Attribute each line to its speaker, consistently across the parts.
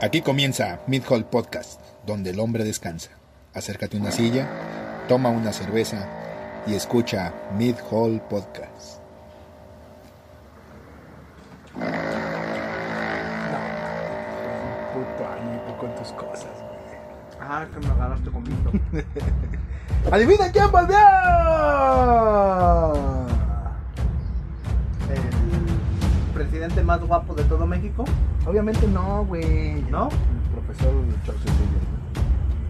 Speaker 1: Aquí comienza Mid-Hall Podcast, donde el hombre descansa. Acércate a una silla, toma una cerveza y escucha Mid-Hall Podcast.
Speaker 2: Puto año y tú con tus cosas,
Speaker 3: Ah, que me agarraste conmigo.
Speaker 2: güey. ¡Adivina quién volvió!
Speaker 3: El presidente más guapo de todo México.
Speaker 2: Obviamente no, güey.
Speaker 3: ¿No?
Speaker 2: El profesor Chaucetillo.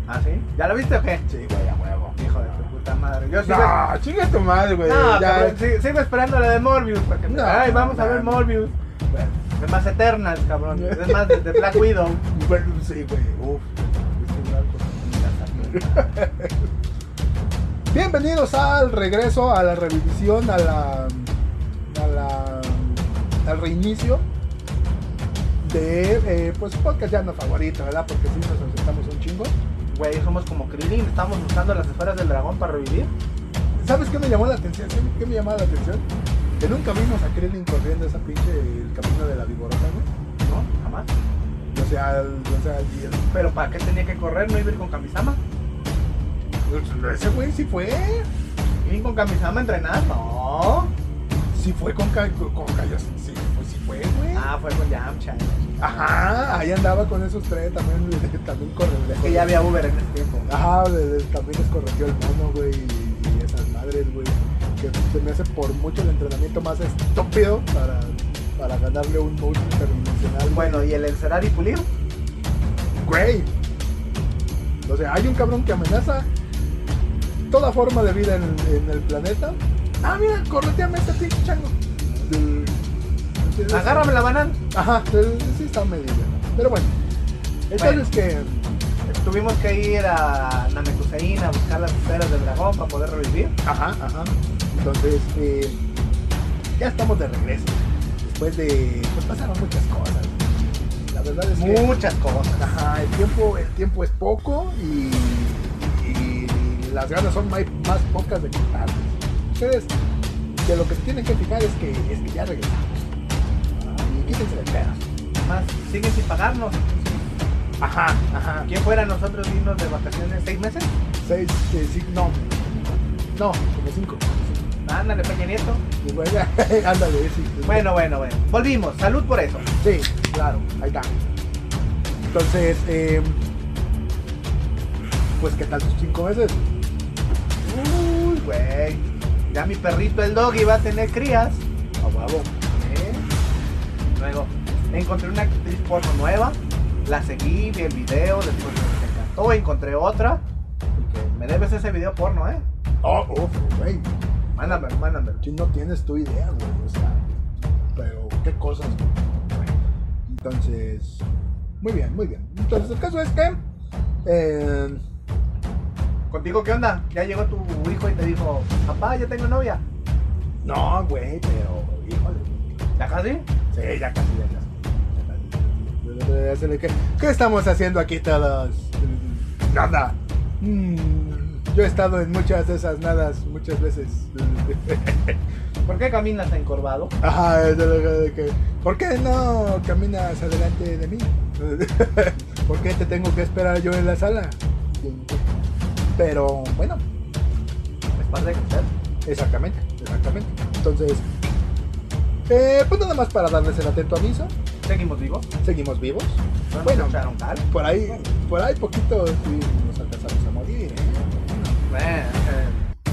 Speaker 3: ¿Ah, sí? ¿Ya lo viste o qué?
Speaker 2: Sí, güey, a huevo.
Speaker 3: Hijo de tu puta madre. Yo sigo,
Speaker 2: No, chinga tu madre, güey.
Speaker 3: No,
Speaker 2: Ya.
Speaker 3: cabrón, sí- sigo esperando la de Morbius. Porque
Speaker 2: No,
Speaker 3: Ay, vamos a
Speaker 2: no,
Speaker 3: ver
Speaker 2: no.
Speaker 3: Morbius.
Speaker 2: Bueno,
Speaker 3: Es más Eternals, cabrón. Es más de, de Black Widow.
Speaker 2: bueno, sí, güey. Uf. Bienvenidos al regreso, a la revisión, a la, a la- al reinicio de eh, pues podcast ya no favorito, ¿verdad? Porque sí nos asustamos un chingo.
Speaker 3: Güey, somos como Krillin. Estamos usando las esferas del dragón para revivir.
Speaker 2: ¿Sabes qué me llamó la atención? ¿Qué, qué me llamaba la atención? Que nunca vimos a Krillin corriendo esa pinche el camino de la viborota, güey.
Speaker 3: No, jamás.
Speaker 2: O sea, el- o sea, y el-
Speaker 3: Pero ¿para qué tenía que correr? ¿No iba a ir con Kamisama?
Speaker 2: ese güey sí fue,
Speaker 3: ¿Ir con Kamisama a entrenar? No.
Speaker 2: sí fue con, ca- con callos, sí, pues sí fue, güey.
Speaker 3: Ah, fue con Yamcha.
Speaker 2: Ajá, ahí andaba con esos tres también, también corriendo.
Speaker 3: Que ya había Uber en ese tiempo. Ah,
Speaker 2: Ajá, de- de- también les corrigió el mono, güey, y, y esas madres, güey. Que se me hace por mucho el entrenamiento más estúpido para, para ganarle un multi interdimensional, güey.
Speaker 3: Bueno, y el encerar y pulir.
Speaker 2: Güey. O sea, hay un cabrón que amenaza toda forma de vida en, en el planeta. Ah, mira, correteame este pinche chango. Entonces,
Speaker 3: Agárrame la banana.
Speaker 2: Ajá, entonces, sí está medio. idiota. Pero bueno, entonces
Speaker 3: Tuvimos que ir a Namekusein a buscar las esferas del dragón para poder revivir.
Speaker 2: que. Ajá, ajá. Entonces, eh, ya estamos de regreso. Después de. Pues pasaron muchas cosas. La verdad es que.
Speaker 3: Muchas cosas.
Speaker 2: Ajá, el tiempo, el tiempo es poco y, y las ganas son mai- más, pocas de contarles. Ustedes, de lo que se tienen que fijar es que, es que ya regresamos. Ah, Y quítense de pedos.
Speaker 3: Más, siguen sin pagarnos.
Speaker 2: Ajá, ajá.
Speaker 3: ¿Quién fuera nosotros irnos de vacaciones seis meses?
Speaker 2: Seis, eh, sí, no. No, como cinco.
Speaker 3: Ándale, Peña Nieto.
Speaker 2: Y bueno, ándale, sí. pues,
Speaker 3: Bueno, bueno, bueno. Volvimos. Salud por eso.
Speaker 2: Sí, claro, ahí está. Entonces, eh, pues, ¿qué tal sus cinco meses?
Speaker 3: Uy, güey. Ya mi perrito el doggy va a tener crías.
Speaker 2: A huevo.
Speaker 3: ¿Eh? Luego, encontré una actriz porno nueva. La seguí, vi el video, después me encantó. Encontré otra. Porque me debes ese video porno, ¿eh?
Speaker 2: Oh, oh, güey.
Speaker 3: Mándamelo, mándamelo.
Speaker 2: Si no tienes tu idea, güey, o sea, pero qué cosas. güey. Entonces, muy bien, muy bien. Entonces, el caso es que, eh,
Speaker 3: ¿Contigo qué onda? Ya llegó tu hijo y te dijo, papá, ya tengo novia.
Speaker 2: no, güey, pero, híjole,
Speaker 3: ¿Ya casi?
Speaker 2: sí, ya casi, ya casi. Ya casi. Hacerle que, ¿Qué estamos haciendo aquí todos? Nada. Mm, yo he estado en muchas de esas nadas muchas veces.
Speaker 3: ¿Por qué caminas encorvado?
Speaker 2: Ajá, es de lo de que, ¿por qué no caminas adelante de mí? ¿Por qué te tengo que esperar yo en la sala? Pero bueno,
Speaker 3: Es parte de crecer.
Speaker 2: exactamente, exactamente. Entonces, eh, pues nada más para darles el atento aviso,
Speaker 3: Seguimos vivos.
Speaker 2: seguimos vivos.
Speaker 3: No nos
Speaker 2: Bueno.
Speaker 3: echaron cal.
Speaker 2: Por ahí, por ahí poquito sí nos alcanzamos a morir. ¿eh?
Speaker 3: Eh, eh.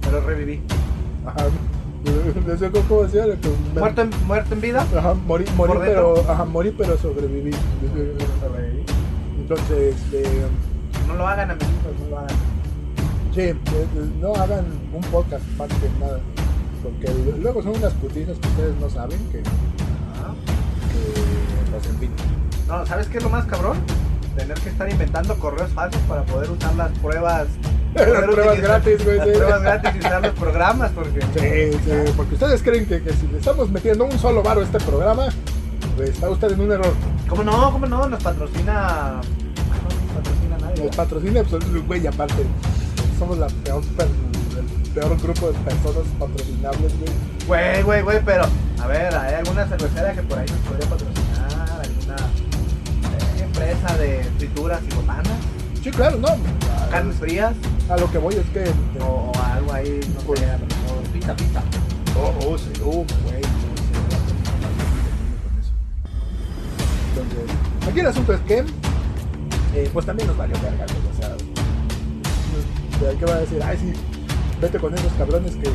Speaker 3: Pero reviví.
Speaker 2: Ajá, no sé cómo decía, lo que me-
Speaker 3: ¿Muerto en, ¿Muerto en vida?
Speaker 2: Ajá, morí, morí,
Speaker 3: ¿Por dentro?
Speaker 2: pero, ajá, morí, pero sobreviví. Entonces, eh,
Speaker 3: No lo hagan, amiguitos, no lo hagan.
Speaker 2: Sí, eh, eh, no hagan un podcast parte de nada. Porque l- luego son unas putizas que ustedes no saben que,
Speaker 3: Ah.
Speaker 2: que los invitan.
Speaker 3: No, ¿sabes qué es lo más cabrón? Tener que estar inventando correos falsos para poder usar las pruebas.
Speaker 2: Las
Speaker 3: poder
Speaker 2: pruebas
Speaker 3: utilizar-
Speaker 2: gratis, güey,
Speaker 3: Las
Speaker 2: sí.
Speaker 3: pruebas gratis y usar los programas porque.
Speaker 2: Sí, sí, porque ustedes creen que, que si le estamos metiendo un solo varo a este programa, pues está usted en un error.
Speaker 3: ¿Cómo no? ¿Cómo no? Nos patrocina. Ah, No nos patrocina nadie.
Speaker 2: Los patrocina, pues, güey, y aparte, somos la peor, per- el peor grupo de personas patrocinables, güey.
Speaker 3: Güey, güey, güey, pero a ver, hay alguna cervecera que por ahí nos podría patrocinar, alguna. eh, empresa de frituras y botanas,
Speaker 2: Sí, claro, no.
Speaker 3: carnes
Speaker 2: A,
Speaker 3: frías
Speaker 2: a lo que voy es que. este,
Speaker 3: o, o algo ahí, no sé, a lo mejor pita, pita.
Speaker 2: Oh, oh, sí, oh, güey. Entonces, aquí el asunto es que, eh, pues también nos valió verga, güey, o sea, pues, ¿qué va a decir? Ay, sí, vete con esos cabrones que,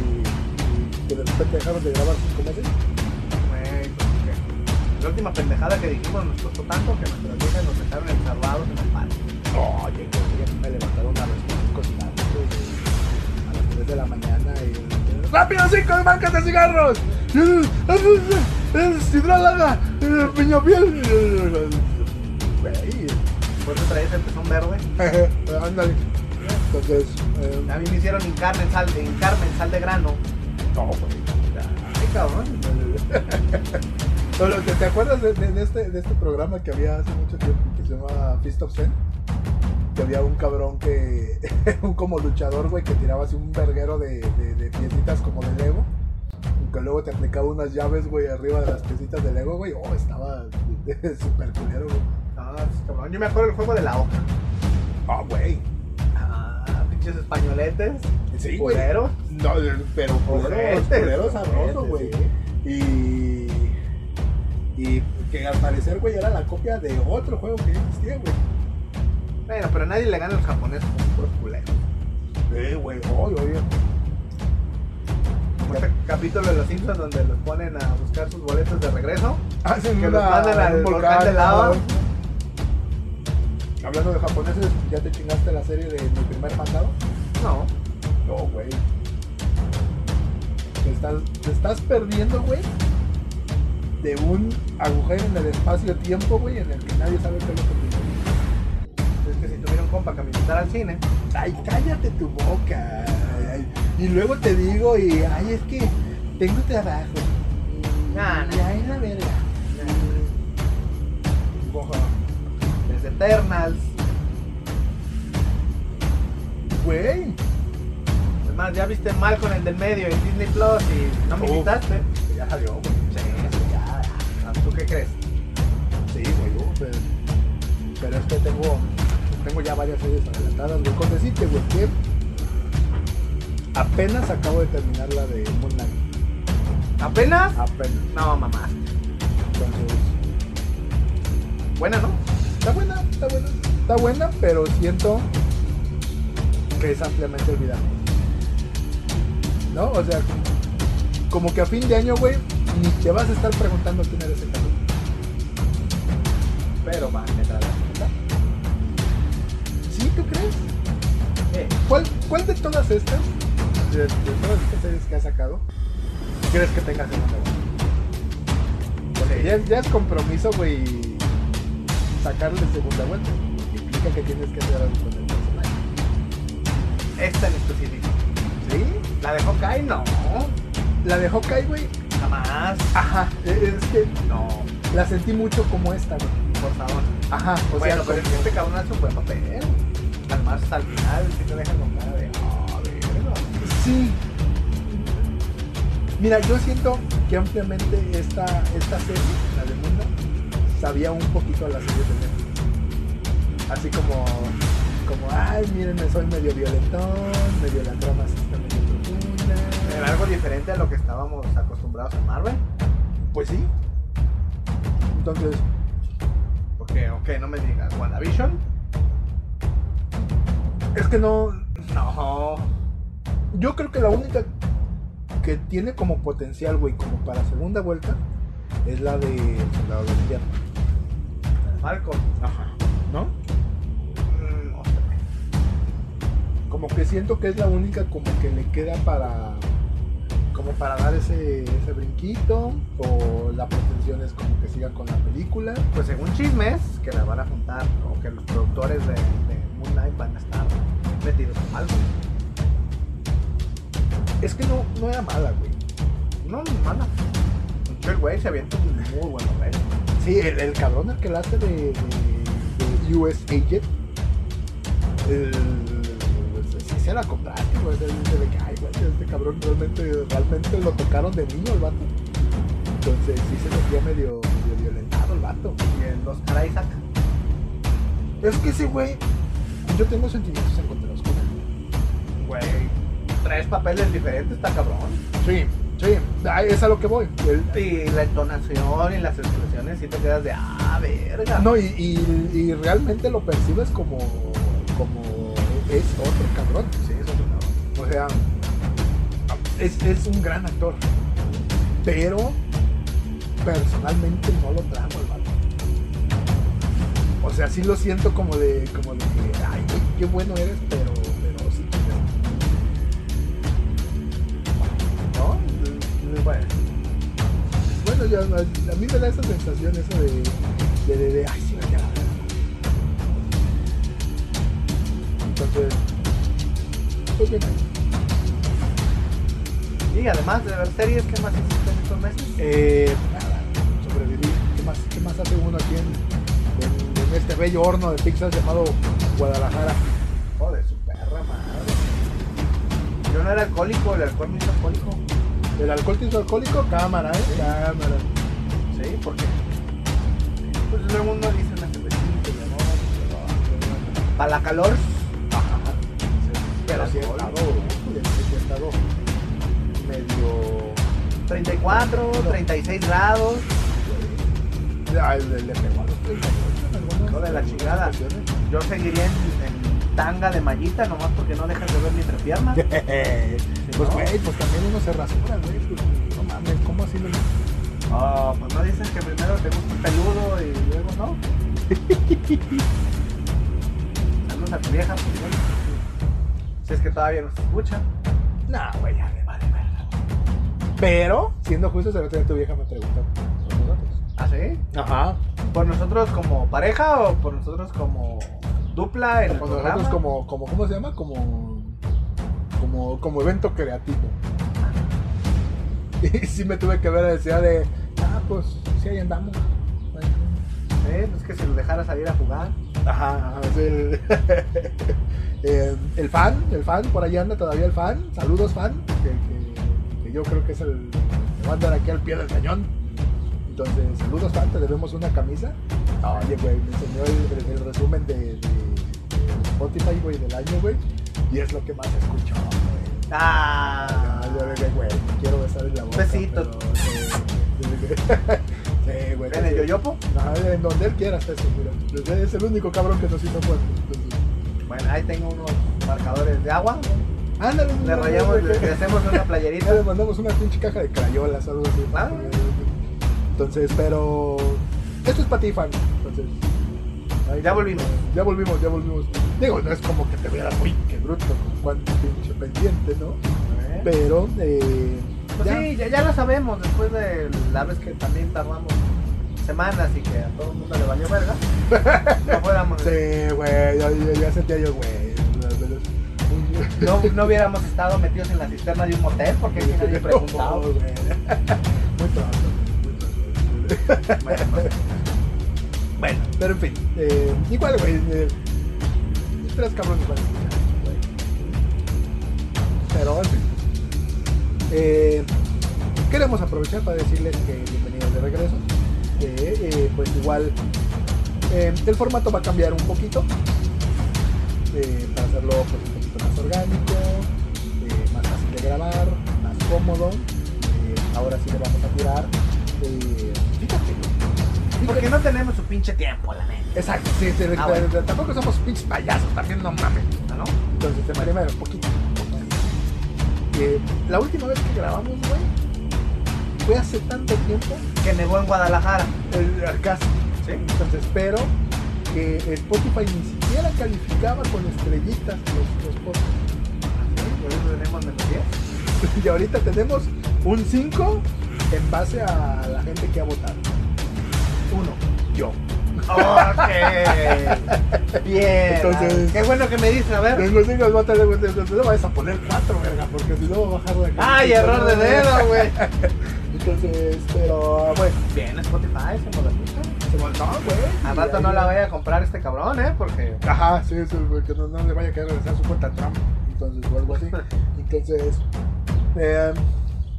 Speaker 2: que de repente dejaron de grabar sus meses.
Speaker 3: Güey, pues, que- La última pendejada que dijimos nos costó tanto que nuestras viejas nos dejaron encerrados en la pala.
Speaker 2: Oye, güey, me levantaron a las 5 y tanto, güey, a las 3 de la mañana y... ¡Rápido, cinco bancas de cigarros! ¡Sidrálala! ¡Piñapiel! Güey,
Speaker 3: Por eso traes el pezón verde.
Speaker 2: Ajá, Ándale. Entonces, eh,
Speaker 3: A mí me hicieron hincarme en sal, hincarme en sal de grano.
Speaker 2: no, pues, güey.
Speaker 3: Ay, cabrón.
Speaker 2: Pero, ¿te, te acuerdas de, de- de este, de este programa que había hace mucho tiempo que se llamaba Fist of Zen? Que había un cabrón que. un como luchador, güey, que tiraba así un verguero de, de, de piecitas como de Lego. y Que luego te aplicaba unas llaves, güey, arriba de las piecitas de Lego, güey. Oh, estaba súper culero, güey.
Speaker 3: Ah, cabrón. Yo me acuerdo del juego de la hoja.
Speaker 2: Ah, güey.
Speaker 3: Ah, pinches españoletes.
Speaker 2: Sí, güey.
Speaker 3: Culero.
Speaker 2: No, pero culero,
Speaker 3: Ojetes,
Speaker 2: culero sabroso,
Speaker 3: ojetes,
Speaker 2: güey.
Speaker 3: sí.
Speaker 2: Y. Y que al parecer, güey, era la copia de otro juego que ya existía, güey.
Speaker 3: Bueno, pero nadie le gana a los japoneses con puros culeros.
Speaker 2: Eh, güey, oye, oye.
Speaker 3: Como este capítulo de los Simpsons donde los ponen a buscar sus boletos de regreso.
Speaker 2: Hacen
Speaker 3: Que los
Speaker 2: una-
Speaker 3: mandan al
Speaker 2: un
Speaker 3: volcán de lava.
Speaker 2: Hablando de japoneses, ¿ya te chingaste la serie de Mi Primer Mandado?
Speaker 3: No.
Speaker 2: No, güey. Te estás, te estás perdiendo, güey, de un agujero en el espacio-tiempo, güey, en el que nadie sabe qué es lo que tiene.
Speaker 3: Es que si tuviera un compa que me invitara al cine,
Speaker 2: Ay, cállate tu boca. Ay, ay. Y luego te digo, y ay, es que tengo trabajo. Y,
Speaker 3: Nah, nah.
Speaker 2: y ay, la verga. Ojo.
Speaker 3: desde Eternals.
Speaker 2: Güey.
Speaker 3: Además, ya viste mal con el del medio en Disney Plus y no me
Speaker 2: Oh.
Speaker 3: invitaste.
Speaker 2: Ya salió, güey.
Speaker 3: Sí, eso ya. ya. ¿Tú qué crees?
Speaker 2: Sí, güey. yo, pero, pero es que tengo, tengo ya varias series adelantadas. Güey. Con decirte, güey, que apenas acabo de terminar la de Moon Knight.
Speaker 3: ¿Apenas?
Speaker 2: Apenas.
Speaker 3: No, mamá.
Speaker 2: Entonces,
Speaker 3: Buena, ¿no?
Speaker 2: está buena, está buena. Está buena, pero siento que es ampliamente olvidada. ¿No? O sea, como que a fin de año, güey, ni te vas a estar preguntando quién eres el cabrón.
Speaker 3: Pero va, me trae
Speaker 2: ¿Sí? ¿Tú crees?
Speaker 3: Eh,
Speaker 2: ¿Cuál, cuál de todas estas, de, de todas estas series que has sacado, crees que tengas en
Speaker 3: sí.
Speaker 2: Ya, es- ya es compromiso, güey, sacarle segunda vuelta. Implica que tienes que hacer algo con el personaje.
Speaker 3: Esta en específico.
Speaker 2: ¿Sí?
Speaker 3: ¿La de Hawkeye? No.
Speaker 2: La de Hawkeye, güey,
Speaker 3: Jamás.
Speaker 2: ajá, e- es que
Speaker 3: No.
Speaker 2: la sentí mucho como esta, güey.
Speaker 3: Por favor.
Speaker 2: Ajá, o
Speaker 3: bueno,
Speaker 2: sea,
Speaker 3: pero es que
Speaker 2: como-
Speaker 3: este cabrón hace un buen papel. Además, hasta al final sí te dejan con cara de. "Ah, verga".
Speaker 2: sí. Mira, yo siento que ampliamente esta, esta serie, la de Mundo, sabía un poquito a la serie de Netflix. Así como, como, ay, mírenme, soy medio violentón, medio la trama así está medio profunda.
Speaker 3: Era algo diferente a lo que estábamos acostumbrados en Marvel.
Speaker 2: Pues sí. Entonces,
Speaker 3: Porque, ok, no me digas. ¿WandaVision?
Speaker 2: es que no,
Speaker 3: No.
Speaker 2: Yo creo que la única que tiene como potencial, güey, como para segunda vuelta, es la de El Soldado del Invierno.
Speaker 3: Falcon.
Speaker 2: Ajá. ¿No?
Speaker 3: Mm, no sé.
Speaker 2: Como que siento que es la única como que le queda para como para dar ese, ese brinquito o la pretensión es como que siga con la película.
Speaker 3: Pues según chismes, que la van a juntar o que los productores de, de Moon Knight van a estar metidos en algo.
Speaker 2: Es que no, no era mala, güey.
Speaker 3: No, no, mala. Yo el güey se avienta un muy buen papel.
Speaker 2: Sí, el, el cabrón el que la hace de, de, de US Agent. El, pues, sí se la compraste, güey. Él dice de que, ay, güey, este cabrón realmente, realmente lo tocaron de niño el vato. Entonces sí se sentía medio, medio violentado el vato.
Speaker 3: Y el Oscar Isaac.
Speaker 2: Es que ese güey, yo tengo sentimientos encontrados con él.
Speaker 3: Güey, tres papeles diferentes, está cabrón.
Speaker 2: Sí, sí, ah, es a lo que voy. El-
Speaker 3: Y la entonación y las expresiones, sí te quedas de, ah, verga.
Speaker 2: no, y, y- y realmente lo percibes como, como es otro cabrón.
Speaker 3: Sí, eso es una-
Speaker 2: O sea, es, es un gran actor. Pero personalmente no lo tramo el vato. O sea, sí lo siento como de, como de que, ay, güey, qué bueno eres, pero, pero sí que no. ¿No?
Speaker 3: Entonces, Bueno,
Speaker 2: Bueno, ya, a mí me da esa sensación, eso de, de, de, de, ay, sí, me queda. Entonces, pues bien.
Speaker 3: y además de ver series, ¿qué más hiciste en estos meses?
Speaker 2: Eh, nada, sobrevivir. ¿Qué más, qué más hace uno aquí en, en- en este bello horno de pizzas llamado Guadalajara?
Speaker 3: Joder, su perra madre. Yo no era alcohólico, el alcohol me hizo alcohólico.
Speaker 2: ¿El alcohol te hizo alcohólico? Cámara, ¿eh? Cámara.
Speaker 3: Sí, porque. Pues todo el mundo dice una cervecita, ya no, Para la calor.
Speaker 2: Ajá.
Speaker 3: Pero
Speaker 2: Pero sí he
Speaker 3: alcohol.
Speaker 2: estado, híjole, sí he estado medio...
Speaker 3: 34, 36 grados.
Speaker 2: Ay, le, le pegó a los 38 en algunas-
Speaker 3: Hijo de la chingada.
Speaker 2: ocasiones.
Speaker 3: Yo seguiría en, en tanga de mallita, nomás porque no dejas de ver mi entrepierna.
Speaker 2: Pues, güey, pues también uno se rasura, güey. Pues, no mames, ¿cómo así lo
Speaker 3: Ah, pues no dices que primero te gusta el peludo y luego no. Saludos a tu vieja, por cierto. Si es que todavía nos escucha.
Speaker 2: Nah, güey, ya me vale verga. Pero, siendo justos, el otro día tu vieja me preguntó por los datos.
Speaker 3: ¿Ah, sí?
Speaker 2: Ajá.
Speaker 3: ¿Por nosotros como pareja o por nosotros como dupla en el
Speaker 2: Con
Speaker 3: programa?
Speaker 2: nosotros como, como, ¿cómo se llama? Como, como, como evento creativo. Y sí me tuve que ver la necesidad de, ah, pues, sí, ahí andamos.
Speaker 3: Sí, pues que si los dejaras salir a jugar.
Speaker 2: Ajá, ajá, sí, el, Eh, el fan, el fan, por ahí anda todavía el fan. Saludos, fan, que, que- que yo creo que es el que va a andar aquí al pie del cañón. Entonces, saludos, fan, te debemos una camisa. Oye, güey, me enseñó el, el- el resumen de, de- de Spotify, güey, del año, güey, y es lo que más escuchó, güey.
Speaker 3: ¡Ah!
Speaker 2: Ah, yo le dije, güey, te quiero besar en la boca.
Speaker 3: Besito.
Speaker 2: pero, eh, yo le dije, sí, güey.
Speaker 3: ¿En el yoyopo?
Speaker 2: Ajá, En donde él quiera está seguro. Es el único cabrón que nos hizo fuerte. entonces.
Speaker 3: Bueno, ahí tengo unos marcadores de agua.
Speaker 2: Ándale,
Speaker 3: Le
Speaker 2: ándale,
Speaker 3: rayamos, le,
Speaker 2: ándale,
Speaker 3: le
Speaker 2: que-
Speaker 3: hacemos una
Speaker 2: Ya
Speaker 3: playerita.
Speaker 2: le mandamos una pinche caja de crayolas, algo así.
Speaker 3: Ah.
Speaker 2: Entonces, pero. Esto es para ti, fan. Entonces. ahí- pues,
Speaker 3: Ya volvimos.
Speaker 2: Ya volvimos, ya volvimos. Digo, no es como que te vieras, uy, qué bruto, con cuánto pinche pendiente, ¿no?
Speaker 3: Pues
Speaker 2: Pero, eh. ya.
Speaker 3: sí, ya, ya lo sabemos después de la vez que también tardamos semanas y que a todo el mundo le valió verga. No fuéramos,
Speaker 2: Sí, güey, ya, ya- ya sentía yo, güey. las veces-
Speaker 3: no, no hubiéramos estado metidos en la cisterna de un motel porque aquí nadie preguntaba.
Speaker 2: No, güey. Muy pronto, muy pronto.
Speaker 3: Bueno,
Speaker 2: Bueno, pero en fin. Eh, igual, güey. Eh, tres cabrones van a escuchar, güey. Pero, en fin. Eh, queremos aprovechar para decirles que bienvenidos de regreso. Que, eh, pues igual, eh, el formato va a cambiar un poquito. eh, para hacerlo pues, un poquito más orgánico, eh, más fácil de grabar, más cómodo. Eh, ahora sí le vamos a tirar. eh, fíjate, fíjate.
Speaker 3: porque no tenemos su pinche tiempo, la neta,
Speaker 2: Exacto, sí, sí,
Speaker 3: Ah, bueno.
Speaker 2: tampoco somos pinches payasos, también no mames.
Speaker 3: ¿no?
Speaker 2: Entonces, te primero, poquito. poquito. Eh, la última vez que grabamos, güey, fue hace tanto tiempo,
Speaker 3: Que nevó en Guadalajara.
Speaker 2: el, casi.
Speaker 3: Sí.
Speaker 2: Entonces, espero que Spotify ni siquiera calificaba con estrellitas los, los podcasts.
Speaker 3: Por eso tenemos menos 10.
Speaker 2: Y ahorita tenemos un 5 en base a la gente que ha votado. Uno, yo.
Speaker 3: Ok. Bien.
Speaker 2: Entonces-
Speaker 3: Qué bueno que me dices, a ver.
Speaker 2: Tengo cinco, no te no vayas a poner cuatro, verga, porque si no va a bajar de acá.
Speaker 3: Ay, error de dedo, güey.
Speaker 2: Entonces, pero bueno,
Speaker 3: Bien, Spotify, se modernista.
Speaker 2: se montó, güey.
Speaker 3: Al
Speaker 2: Y
Speaker 3: rato
Speaker 2: ahí-
Speaker 3: no la vaya a comprar este cabrón, ¿eh? Porque.
Speaker 2: Ajá, sí, sí, porque no, no le vaya a querer regresar su cuenta a Trump, entonces, o algo así. Entonces, eh,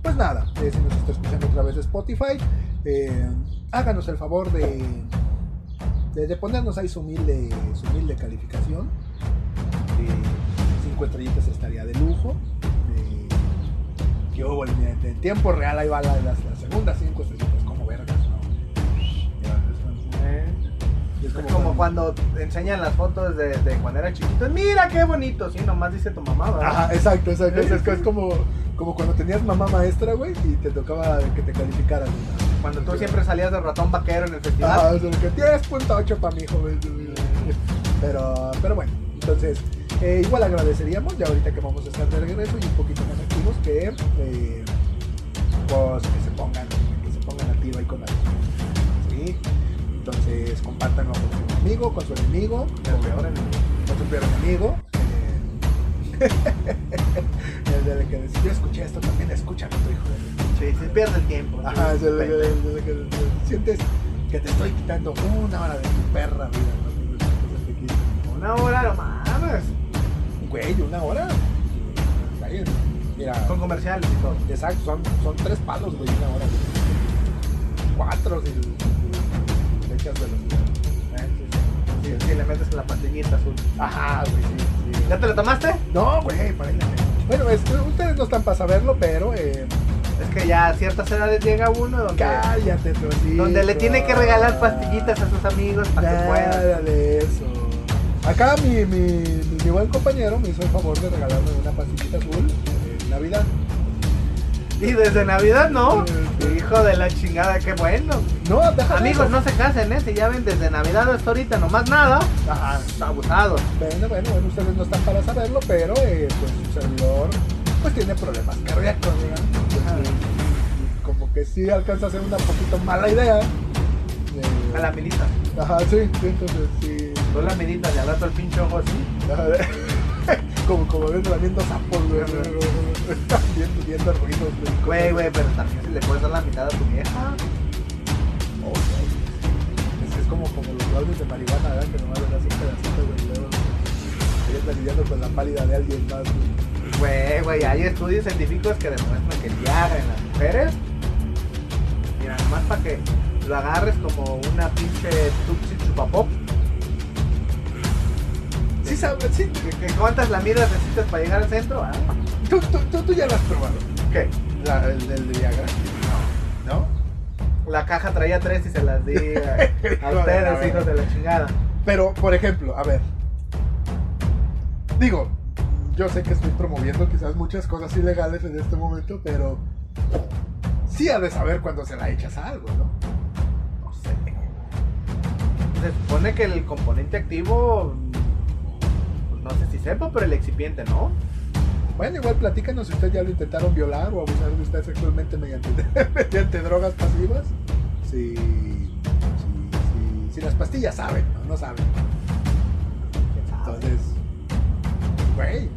Speaker 2: pues nada, eh, si nos em, está escuchando a través de Spotify, eh, háganos el favor de, Desde ponernos ahí su humilde, su humilde calificación, de cinco estrellitas estaría de lujo. De, que hubo en, en tiempo real, ahí va la, las, las segundas cinco estrellitas, como vergas, ¿no? Eh, Es
Speaker 3: Es como cuando te enseñan las fotos de, de cuando era chiquito. Mira qué bonito. Sí, nomás dice tu mamá, ¿verdad?
Speaker 2: Ajá, exacto, exacto. Es, es como, como cuando tenías mamá maestra, güey, y te tocaba que te calificaran. güey.
Speaker 3: Cuando tú siempre salías de ratón vaquero en el
Speaker 2: Ah,
Speaker 3: festival.
Speaker 2: o sea, que 10.8 para mi hijo, güey. Pero, pero bueno, entonces, eh, igual agradeceríamos, ya ahorita que vamos a estar de regreso y un poquito más activos, que, eh, pues, que se pongan, que se pongan al tiro ahí con la ¿sí? Entonces, compártanlo con su amigo, con su enemigo,
Speaker 3: El peor enemigo.
Speaker 2: con su peor enemigo. eh, Desde que decía, yo escuché esto, también escucha a tu hijo de
Speaker 3: Sí, se pierde el tiempo.
Speaker 2: Ajá, es
Speaker 3: Sí,
Speaker 2: el- el-
Speaker 3: pendejo.
Speaker 2: el- el- el- sientes que te estoy quitando una hora de tu perra vida. ¿no? Entonces pues, te quita
Speaker 3: Una hora, no mames.
Speaker 2: un- Güey, una hora. Está bien. Mira,
Speaker 3: Con comerciales y todo.
Speaker 2: exacto, son, son tres palos, güey, una hora. güey. Cuatro si, si le echas velocidad. Ah,
Speaker 3: Eh, sí, sí. Sí, sí, le metes la pastillita azul.
Speaker 2: Ajá, güey, sí, sí.
Speaker 3: ¿Ya te la tomaste?
Speaker 2: No, güey, para ahí la tengo. Bueno, es que ustedes no están para saberlo, pero eh,
Speaker 3: Es que ya a ciertas edades llega uno donde,
Speaker 2: cállate, trocito.
Speaker 3: donde le tiene que regalar pastillitas a sus amigos para que puedan.
Speaker 2: Nada de eso. Acá mi, mi, mi- mi buen compañero me hizo el favor de regalarme una pastillita azul en Navidad.
Speaker 3: Y desde Navidad no.
Speaker 2: Sí.
Speaker 3: Hijo de la chingada, qué bueno.
Speaker 2: No, deja de
Speaker 3: Amigos,
Speaker 2: eso.
Speaker 3: no se casen, ¿eh? Si ya ven desde Navidad hasta ahorita nomás nada,
Speaker 2: Ajá.
Speaker 3: está abusado.
Speaker 2: Bueno, bueno, bueno, ustedes no están para saberlo, pero eh, pues su servidor pues tiene problemas cardíacos, ¿verdad? Pues,
Speaker 3: Ajá.
Speaker 2: y- y Como que sí alcanza a ser una poquito mala idea. Eh,
Speaker 3: A la milita.
Speaker 2: Ajá, sí, sí, entonces sí.
Speaker 3: Tú la militas y al rato el pinche ojo así.
Speaker 2: Ajá, de- como, como viendo, viendo sapos, güey.
Speaker 3: Ajá.
Speaker 2: Viendo, viendo ruidos, güey.
Speaker 3: Güey, güey, pero también si le puedes dar la mitad a tu vieja.
Speaker 2: Oh, güey. Es, es como, como los audios de marihuana, ¿verdad? Que nomás le das un pedacito, güey. y Luego ahí anda lidiando con la pálida de alguien más, güey.
Speaker 3: Güey, güey, hay estudios científicos que demuestran que el Viagra en las mujeres. Mira, nomás para que lo agarres como una pinche tuxi chupapop.
Speaker 2: Sí, sabes, sí.
Speaker 3: ¿Que, que cuántas lamidas necesitas para llegar al centro? Ah,
Speaker 2: Tú, tú, tú, tú ya lo has probado.
Speaker 3: ¿Qué?
Speaker 2: La, el, el de Viagra. No. ¿No?
Speaker 3: La caja traía tres y se las di a, a
Speaker 2: Hijo de la
Speaker 3: ustedes, hijos de la chingada.
Speaker 2: Pero, por ejemplo, a ver. Digo, yo sé que estoy promoviendo quizás muchas cosas ilegales en este momento, pero sí ha de saber cuando se la echas a algo, ¿no?
Speaker 3: No sé. Se supone que el componente activo. pues, No sé si sepa, pero el excipiente, ¿no?
Speaker 2: Bueno, igual platícanos si ustedes ya lo intentaron violar o abusar de usted sexualmente mediante, mediante drogas pasivas. Si, si, si, si las pastillas saben, no, no saben.
Speaker 3: ¿Quién sabe?
Speaker 2: Entonces, güey,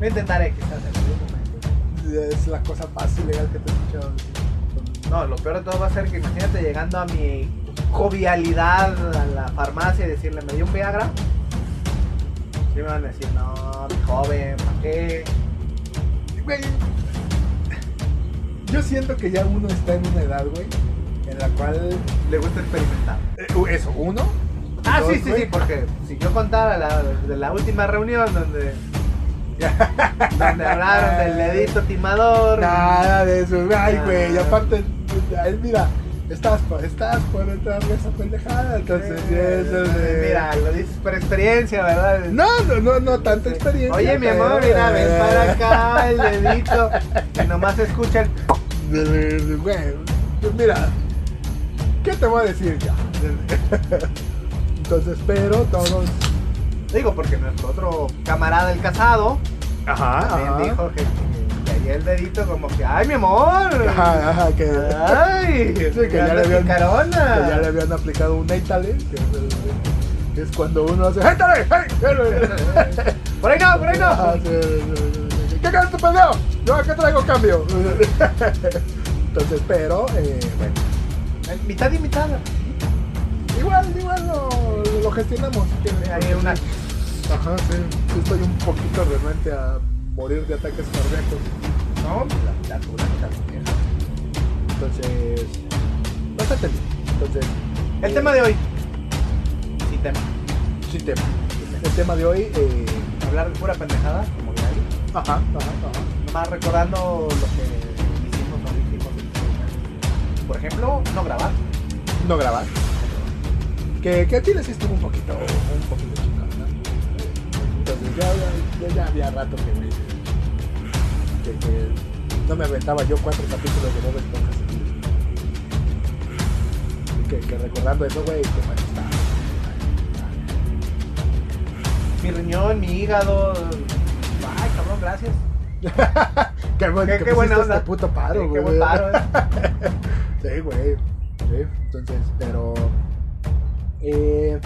Speaker 3: Lo intentaré quizás en algún momento.
Speaker 2: es la cosa más ilegal que te he escuchado decir.
Speaker 3: No, lo peor de todo va a ser que imagínate llegando a mi jovialidad a la farmacia y decirle, me dio un Viagra. Sí me van a decir, no, mi joven, ¿para qué?
Speaker 2: Güey, yo siento que ya uno está en una edad, güey, en la cual.
Speaker 3: Le gusta experimentar.
Speaker 2: eh, eso, uno.
Speaker 3: Ah,
Speaker 2: dos,
Speaker 3: sí, sí,
Speaker 2: güey.
Speaker 3: sí, porque si yo contara la, de la última reunión donde, donde hablaron del dedito timador,
Speaker 2: Nada de eso, ay,
Speaker 3: Ah.
Speaker 2: güey. Y aparte, ay, mira, estás por, estás por entrarle a esa pendejada. Entonces,
Speaker 3: eh,
Speaker 2: eso, güey.
Speaker 3: mira, lo dices por experiencia, ¿verdad? Este,
Speaker 2: No, no, no, no, tanta experiencia.
Speaker 3: Oye, mi
Speaker 2: pero- eh,
Speaker 3: amor, mira, ven para acá el dedito. Y nomás escuchan.
Speaker 2: Güey, mira, ¿qué te voy a decir ya? Entonces, pero todos.
Speaker 3: Digo, porque nuestro otro camarada, el casado,
Speaker 2: Ah, Ajá,
Speaker 3: también dijo que, que, que ahí el dedito como que, ¡ay, mi amor!
Speaker 2: Ajá, ajá, que.
Speaker 3: ¡Ay!
Speaker 2: Sí, que ya le
Speaker 3: andas
Speaker 2: habían-
Speaker 3: picarona.
Speaker 2: que ya le habían aplicado un Eitale, que es, el- es cuando uno hace ¡Eitale! ¡Hey!
Speaker 3: Por ahí no, por ahí
Speaker 2: Ajá,
Speaker 3: no.
Speaker 2: Ah, sí, sí, sí, sí. ¿Qué crees tu pendejo? Yo acá traigo cambio. Entonces, pero, eh, bueno,
Speaker 3: Eh, Mitad y mitad.
Speaker 2: igual, igual lo, lo gestionamos.
Speaker 3: Hay una.
Speaker 2: Ajá, sí. sí Estoy un poquito renuente a morir de ataques cardíacos.
Speaker 3: No, la mitad dura, la mitad vieja.
Speaker 2: Entonces, eh, bastante bien. Entonces,
Speaker 3: El tema de hoy. tema.
Speaker 2: Sin tema. El tema de hoy, eh,
Speaker 3: Hablar de pura pendejada, como ya dije.
Speaker 2: ajá, ajá, ajá.
Speaker 3: Nomás recordando lo que hicimos los hijos. Por ejemplo, no grabar.
Speaker 2: No grabar. Que, que a ti les estuvo un poquito, un poquito chingón, ¿no? Entonces ya, ya, ya había rato que me. que- que no me aventaba yo cuatro capítulos de Bob Esponja seguidos. Que, que recordando eso, güey, que bueno, está.
Speaker 3: Mi riñón, mi hígado. Ay, cabrón, gracias.
Speaker 2: Qué, bueno
Speaker 3: Qué-
Speaker 2: que
Speaker 3: qué buena
Speaker 2: pusiste
Speaker 3: onda.
Speaker 2: este puto paro,
Speaker 3: Sí,
Speaker 2: güey.
Speaker 3: Qué buen paro, eh.
Speaker 2: Sí, güey. Sí, entonces, pero. eh,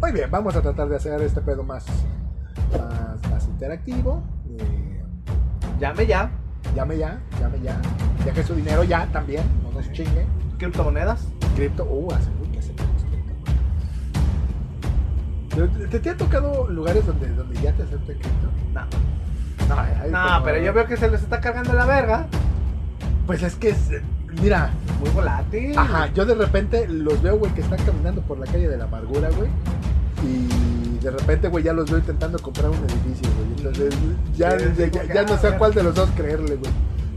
Speaker 2: muy bien, vamos a tratar de hacer este pedo más, más, más interactivo. Eh,
Speaker 3: Llame ya.
Speaker 2: llame ya, llame ya. Deje su dinero ya también, no nos chingue.
Speaker 3: Criptomonedas.
Speaker 2: Cripto, uh, hace muy que hace mucho cripto. ¿Te, te, te ha tocado lugares donde, donde ya te aceptan cripto?
Speaker 3: No.
Speaker 2: pues No, hay
Speaker 3: No,
Speaker 2: como-
Speaker 3: pero yo veo que se les está cargando la verga.
Speaker 2: Pues es que, es- mira,
Speaker 3: Muy volátil.
Speaker 2: Ajá, yo de repente los veo, güey, que están caminando por la calle de la amargura, güey. Y de repente, güey, ya los veo intentando comprar un edificio, güey. Entonces, ya,
Speaker 3: Sí,
Speaker 2: ya,
Speaker 3: sí,
Speaker 2: ya-
Speaker 3: porque,
Speaker 2: ya no
Speaker 3: ah,
Speaker 2: sé a
Speaker 3: ya.
Speaker 2: cuál de los dos creerle, güey.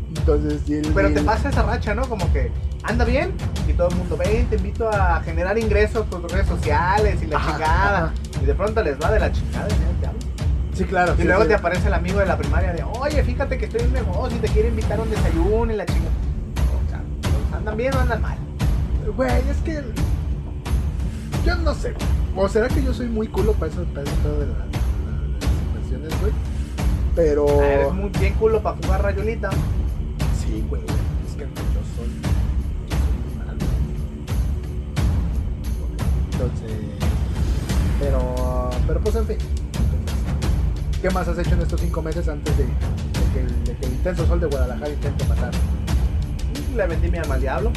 Speaker 2: Entonces, y el-
Speaker 3: Pero
Speaker 2: y
Speaker 3: te
Speaker 2: el-
Speaker 3: pasa esa racha, ¿no? Como que anda bien y todo el mundo, ven, te invito a generar ingresos por tus redes sociales y la
Speaker 2: Ajá,
Speaker 3: chingada.
Speaker 2: ajá.
Speaker 3: Y de pronto les va de la chingada. ¿no? Te hablo.
Speaker 2: Sí, claro.
Speaker 3: Y
Speaker 2: sí,
Speaker 3: luego
Speaker 2: sí.
Speaker 3: te aparece el amigo de la primaria de, oye, fíjate que estoy en un negocio y te quiere invitar a un desayuno y la chingada. O sea, ¿Andan bien o andan mal?
Speaker 2: Güey, es que. Yo no sé. O será que yo soy muy culo para eso, para eso de, la- de las inversiones, güey. Pero.
Speaker 3: Ah, eres muy bien culo para jugar rayolita.
Speaker 2: Sí, güey. Es que yo soy. yo soy malo. Entonces. Pero. Pero pues en fin. Entonces, ¿Qué más has hecho en estos cinco meses antes de, de que, el- de que el intenso sol de Guadalajara intente matar?
Speaker 3: Le vendí mi alma al diablo.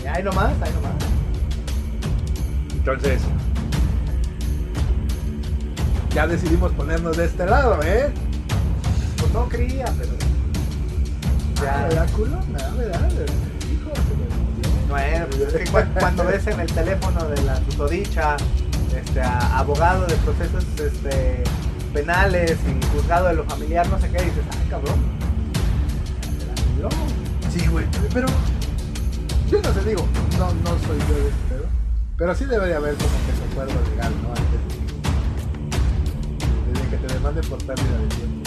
Speaker 3: Ahí- Ahí nomás, ahí nomás.
Speaker 2: Entonces. Ya decidimos ponernos de este lado, ¿eh?
Speaker 3: Pues no creía, pero
Speaker 2: Ya, ¿verdad, culo? No, ¿verdad? Hijo, se me dio.
Speaker 3: no es. pues es que cu- cuando ves en el teléfono de la tutodicha, este, a- abogado de procesos este, penales y juzgado de lo familiar, no sé qué, dices, ay cabrón. se la libró".
Speaker 2: Sí, güey, pero yo no te digo, no, no soy yo de este pedo, pero sí debe de haber como que su acuerdo legal, ¿no? Antes de, desde que te demanden por pérdida de tiempo.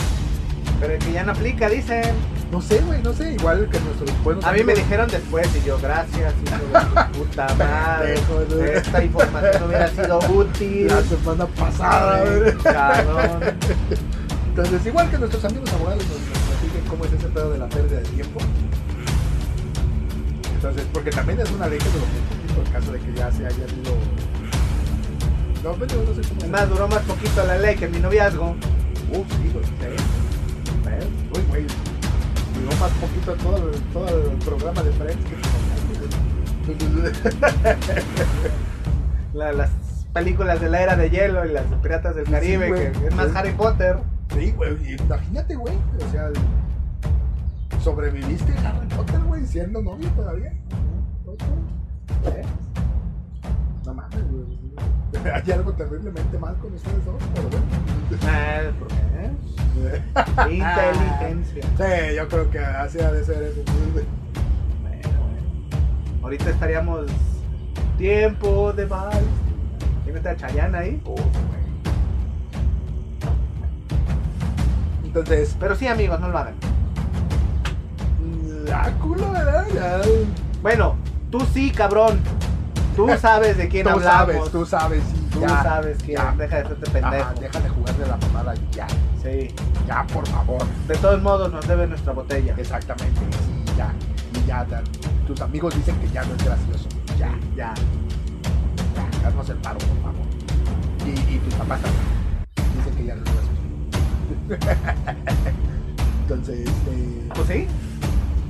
Speaker 3: Pero que ya no aplica, dicen.
Speaker 2: No sé, güey, no sé, igual que nuestros buenos
Speaker 3: A mí me
Speaker 2: amigos-
Speaker 3: dijeron después y yo, gracias, hijo de tu puta madre.
Speaker 2: Pendejo, ¿no?
Speaker 3: Esta información hubiera sido útil.
Speaker 2: la semana pasada, güey.
Speaker 3: Ay, cabrón.
Speaker 2: Entonces, igual que nuestros amigos abogados nos, nos platiquen cómo es ese pedo de la pérdida de tiempo. Entonces, porque también es una ley que se lo puso en caso de que ya se haya sido... No, pero no sé cómo... se-
Speaker 3: Es más, duró más poquito la ley que mi noviazgo.
Speaker 2: Uh, sí, güey. ¿Eh?
Speaker 3: ¿Ves?
Speaker 2: Uy, güey. Duró más poquito todo el, todo el programa de Friends que te
Speaker 3: La- las películas de la era de hielo y las de piratas del
Speaker 2: Sí,
Speaker 3: Caribe,
Speaker 2: güey.
Speaker 3: que es más Harry Potter.
Speaker 2: Sí, güey. y Imagínate, güey. O sea, el- sobreviviste a Harry Potter, güey, siendo novio todavía. ¿Eh? No mames, güey. Hay algo terriblemente mal con ustedes dos, pero bueno.
Speaker 3: Ah, ¿por qué? Inteligencia.
Speaker 2: Sí, yo creo que así ha de ser eso. güey.
Speaker 3: Bueno, bueno. Ahorita estaríamos tiempo de vals. ¿Quién está Chayanne ahí?
Speaker 2: Oh, Entonces,
Speaker 3: Pero sí, amigos, no lo hagan.
Speaker 2: la culo, ¿verdad? Ya.
Speaker 3: Bueno, tú sí, cabrón. Tú sabes de quién
Speaker 2: tú
Speaker 3: hablamos.
Speaker 2: sabes, tú sabes, sí,
Speaker 3: Tú
Speaker 2: ya,
Speaker 3: sabes quién.
Speaker 2: ya.
Speaker 3: Deja de hacerte pendejo.
Speaker 2: Ajá, deja de jugar de la mamada ya,
Speaker 3: Sí.
Speaker 2: ya, por favor.
Speaker 3: De todos modos, nos debe nuestra botella.
Speaker 2: Exactamente, sí, ya, y ya, ya. Tus amigos dicen que ya no es gracioso, ya,
Speaker 3: Ya.
Speaker 2: ya, haznos el paro, por favor. Y, y tus papás también dicen que ya no es gracioso. Entonces, eh,
Speaker 3: Pues sí.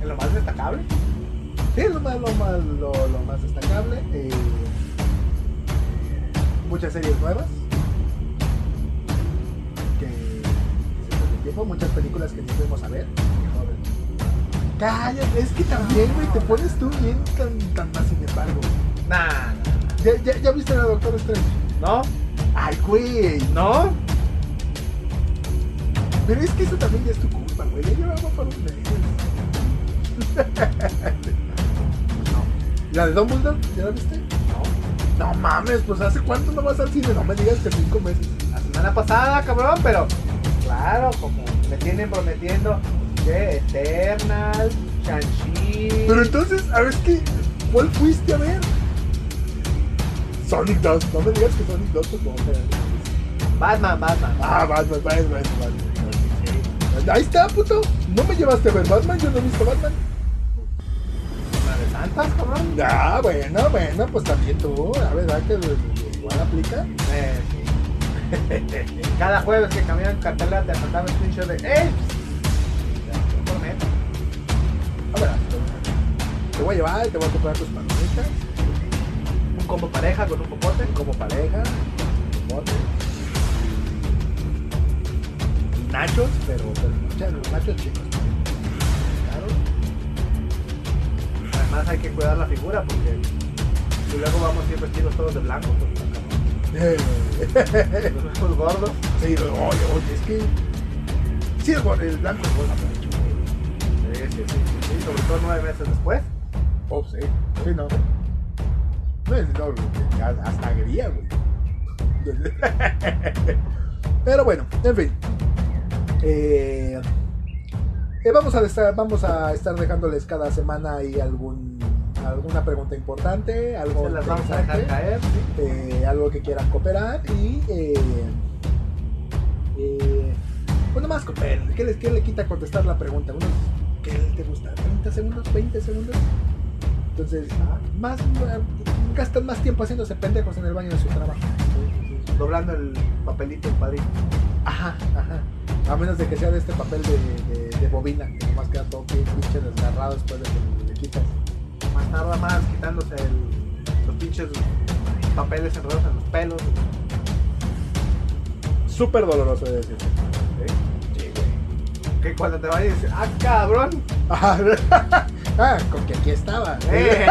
Speaker 3: Es lo más destacable.
Speaker 2: Sí, lo más, lo más, lo, lo más destacable. eh, muchas series nuevas. Que, que se toman el tiempo, muchas películas que sí fuimos a ver. que no- Cállate, es que también, güey, te pones tú bien tan, tan más sin embargo.
Speaker 3: Nah,
Speaker 2: ¿Ya, ya, ya viste a la Doctora Strange?
Speaker 3: ¿no?
Speaker 2: Ay, güey.
Speaker 3: ¿No?
Speaker 2: Pero es que eso también ya es tu culpa, güey. Ya llevamos por un mes. ¿La de Dumbledore? ¿Ya la viste?
Speaker 3: No.
Speaker 2: No mames, pues ¿hace cuánto no vas al cine? No me digas que cinco meses.
Speaker 3: La semana pasada, cabrón, pero claro, como me tienen prometiendo que Eternal, Shang-Chi.
Speaker 2: Pero entonces, a ver, es que, ¿cuál fuiste a ver? Sonic 2. No me digas que Sonic 2, pues no. pero-
Speaker 3: Batman, Batman.
Speaker 2: Ah, Batman, Batman, Batman. Batman. Ahí está, puto. No me llevaste a ver Batman, yo no he visto Batman.
Speaker 3: Batman de Santas, cabrón.
Speaker 2: Ah, bueno, bueno, pues también tú, la verdad que igual aplica.
Speaker 3: Eh, sí. Cada jueves que cambian cartelas te mandaban screenshot de ¡Eh! Ya, prometo.
Speaker 2: A ver, te voy a llevar, te voy a comprar tus palomitas,
Speaker 3: Un combo pareja con un popote.
Speaker 2: como pareja, bote. Nachos, pero, pero muchas- los nachos chicos.
Speaker 3: Claro. Además hay que cuidar la figura porque si luego vamos siempre vestidos todos de blanco, pues, cabrón.
Speaker 2: Eh,
Speaker 3: Nos vemos gordos.
Speaker 2: Sí, oye, oye, es que. Sí, el, gor- el blanco es bueno, mucho.
Speaker 3: Sí, sí, sí, sí, sí, sobre todo nueve meses después.
Speaker 2: Oh, sí, sí, no. No es no, güey, ya- hasta gría, güey. Pero bueno, en fin. Eh, eh, vamos, a estar, vamos a estar dejándoles cada semana ahí algún, alguna pregunta importante, algo
Speaker 3: Se las vamos a dejar
Speaker 2: interesante,
Speaker 3: caer. sí.
Speaker 2: eh, algo que quieran cooperar y. Eh, eh, pues nomás cooperen. ¿Qué, les, ¿Qué le quita contestar la pregunta? ¿Unos, ¿Qué te gusta? ¿30 segundos? ¿20 segundos? Entonces, ah, más, eh, gastan más tiempo haciéndose pendejos en el baño de su trabajo.
Speaker 3: Doblando el papelito, el padrino.
Speaker 2: Ajá, ajá. A menos de que sea de este papel de, de, de bobina, que nomás queda todo bien pinche desgarrado después de que le quitas.
Speaker 3: Más tarda más quitándose el- los pinches papeles enredados en los pelos.
Speaker 2: Súper doloroso de decir.
Speaker 3: Sí, güey. Que cuando te vayas dices, ¡ah, cabrón!
Speaker 2: Ajá. Ah, con que aquí estaba.
Speaker 3: Eh,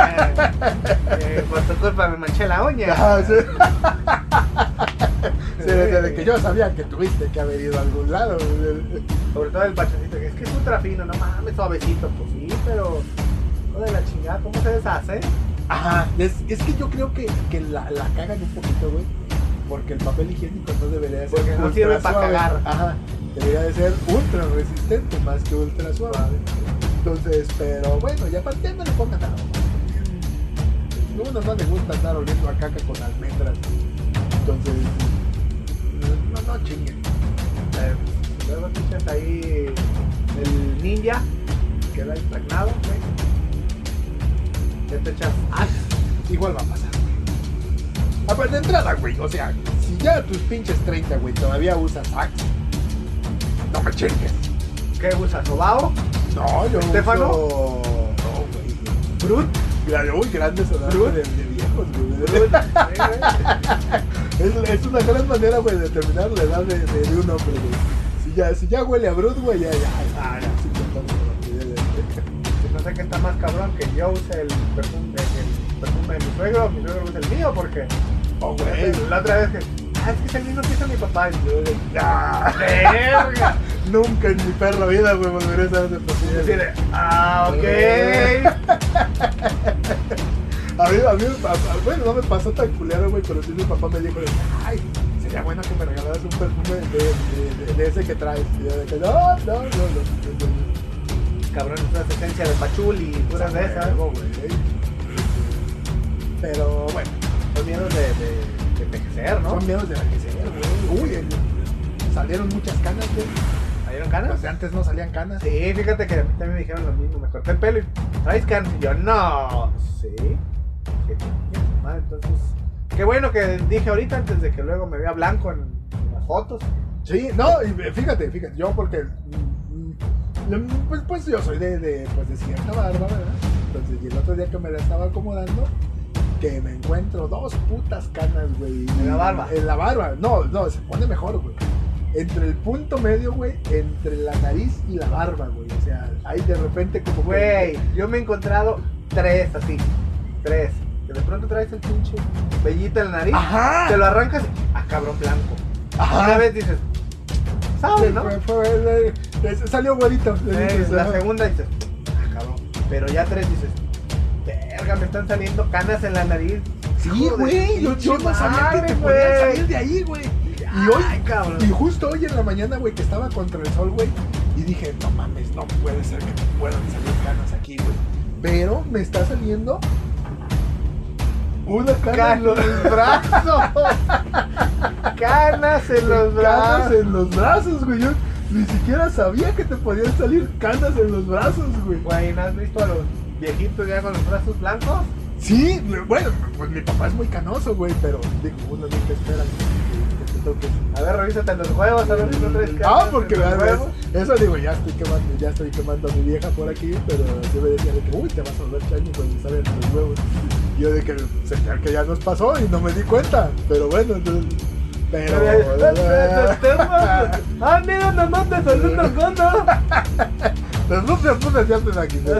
Speaker 3: eh, por tu culpa me manché la uña.
Speaker 2: Ajá, Ah, sí. Sí, desde que yo sabía que tuviste que haber ido a algún lado.
Speaker 3: Sobre todo el bachoncito, que es que es ultra fino, no mames, suavecito, pues sí, pero. hijo de la chingada, ¿cómo se deshace?
Speaker 2: Ajá, Ah, es, es que yo creo que, que la, la cagan un poquito, güey. Porque el papel higiénico no debería de ser.
Speaker 3: Porque no
Speaker 2: ultra
Speaker 3: sirve para
Speaker 2: suave.
Speaker 3: cagar.
Speaker 2: Ajá, debería de ser ultra resistente más que ultra suave. Entonces, pero bueno, ya para que no le pongan nada. güey. A unos no les gusta andar oliendo a caca con almendras. Entonces, no, no chinguen.
Speaker 3: Eh, Luego pinches ahí el ninja, queda impregnado, güey. Ya te echas. ¡Ah!
Speaker 2: igual va a pasar. güey. Aparte de entrada, güey, o sea, si ya tus pinches 30, güey, todavía usas Axe, no me chingues.
Speaker 3: ¿Qué usas? ¿Sobao?
Speaker 2: No, yo
Speaker 3: ¿Estéfano?
Speaker 2: uso- No, güey.
Speaker 3: ¿Brut?
Speaker 2: Gra- Uy, grandes
Speaker 3: Brut.
Speaker 2: sonadas de, de viejos, güey.
Speaker 3: ¿Brut? Sí, güey.
Speaker 2: Es, es una gran manera, güey, de determinar la edad de, de- de un hombre, güey. Si ya, si ya huele a Brut, güey, ya, ya, ya, ya, sí, ya, ya, ya, ya.
Speaker 3: Pues No sé qué está más cabrón que yo use el perfume, el perfume de mi suegro, mi suegro usa el mío, porque
Speaker 2: Oh, güey.
Speaker 3: la otra vez que, ah, es que es el mismo que hizo mi papá. Y yo de,
Speaker 2: Ah,
Speaker 3: ¡verga!
Speaker 2: nunca en mi perra vida, güey, volveré a usar ese
Speaker 3: Y
Speaker 2: perfume.
Speaker 3: así de, ah, ok.
Speaker 2: A mí, a mí, a- a- bueno, no me pasó tan culero, güey, pero sí mi papá me dijo, ay, sería bueno que me regalaras un perfume de, de- de- de ese que traes. Y yo de que, no, no, no, no. no,
Speaker 3: Cabrón, usas esencia de pachuli y puras de esas.
Speaker 2: no, güey. Pero bueno,
Speaker 3: Son miedos de, de, de envejecer, ¿no?
Speaker 2: son miedos de la que se güey. Uy, el- salieron muchas canas, güey.
Speaker 3: ¿Salieron canas?
Speaker 2: Pues antes no salían canas.
Speaker 3: Sí, fíjate que a mí también me dijeron lo mismo. Me corté el pelo y traes canas. Y yo, no. Sí. Dije, "Chinga su madre", Entonces, qué bueno que dije ahorita antes de que luego me vea blanco en, en las fotos.
Speaker 2: Sí, no, y fíjate, fíjate, yo porque mm, mm, pues, pues yo soy de, de, pues de cierta barba, ¿verdad? Entonces, y el otro día que me la estaba acomodando, que me encuentro dos putas canas, güey.
Speaker 3: En la barba.
Speaker 2: En la barba. No, no, se pone mejor, güey. entre el punto medio, güey, entre la nariz y la barba, güey. O sea, ahí de repente como, que-
Speaker 3: Güey, yo me he encontrado tres así. Tres. Que de pronto traes el pinche vellita en la nariz.
Speaker 2: Ajá.
Speaker 3: Te lo arrancas. Ah, cabrón blanco.
Speaker 2: Ajá.
Speaker 3: Una vez dices, ¿sabes, no?
Speaker 2: Fue- fue- eh, salió güerito.
Speaker 3: Eh,
Speaker 2: Dices,
Speaker 3: la
Speaker 2: ajá.
Speaker 3: segunda dices, ah, cabrón. Pero ya tres dices, verga, me están saliendo canas en la nariz.
Speaker 2: Sí,
Speaker 3: Hijo de
Speaker 2: güey, yo, yo no
Speaker 3: pinche
Speaker 2: sabía que
Speaker 3: madre,
Speaker 2: te
Speaker 3: güey.
Speaker 2: podías salir de ahí, güey. Y hoy,
Speaker 3: Ay, cabrón.
Speaker 2: y justo hoy en la mañana, güey, que estaba contra el sol, güey, y dije, no mames, no puede ser que me puedan salir canas aquí, güey. Pero me está saliendo una cana
Speaker 3: Canas en
Speaker 2: en los,
Speaker 3: los brazos. Canas en los
Speaker 2: canas
Speaker 3: brazos.
Speaker 2: en los brazos, güey. Yo ni siquiera sabía que te podían salir canas en los brazos, güey.
Speaker 3: Güey, ¿no has visto a los viejitos ya con los brazos blancos?
Speaker 2: Sí, bueno, pues mi papá es muy canoso, güey, pero digo, uno nunca espera que- que te toques.
Speaker 3: A ver, revísate los huevos, a ver si no traes canas.
Speaker 2: Ah, porque
Speaker 3: en los
Speaker 2: ¿verdad?
Speaker 3: huevos.
Speaker 2: eso digo, ya estoy quemando, ya estoy quemando a mi vieja por aquí, pero yo me decía de que, uy, te vas a volver chaño cuando salen los huevos. Y yo de que, señal que ya nos pasó y no me di cuenta, pero bueno, no- pero...
Speaker 3: Ah, mira, nomás te saludo condo.
Speaker 2: Las luces putas ya están aquí. ¿no?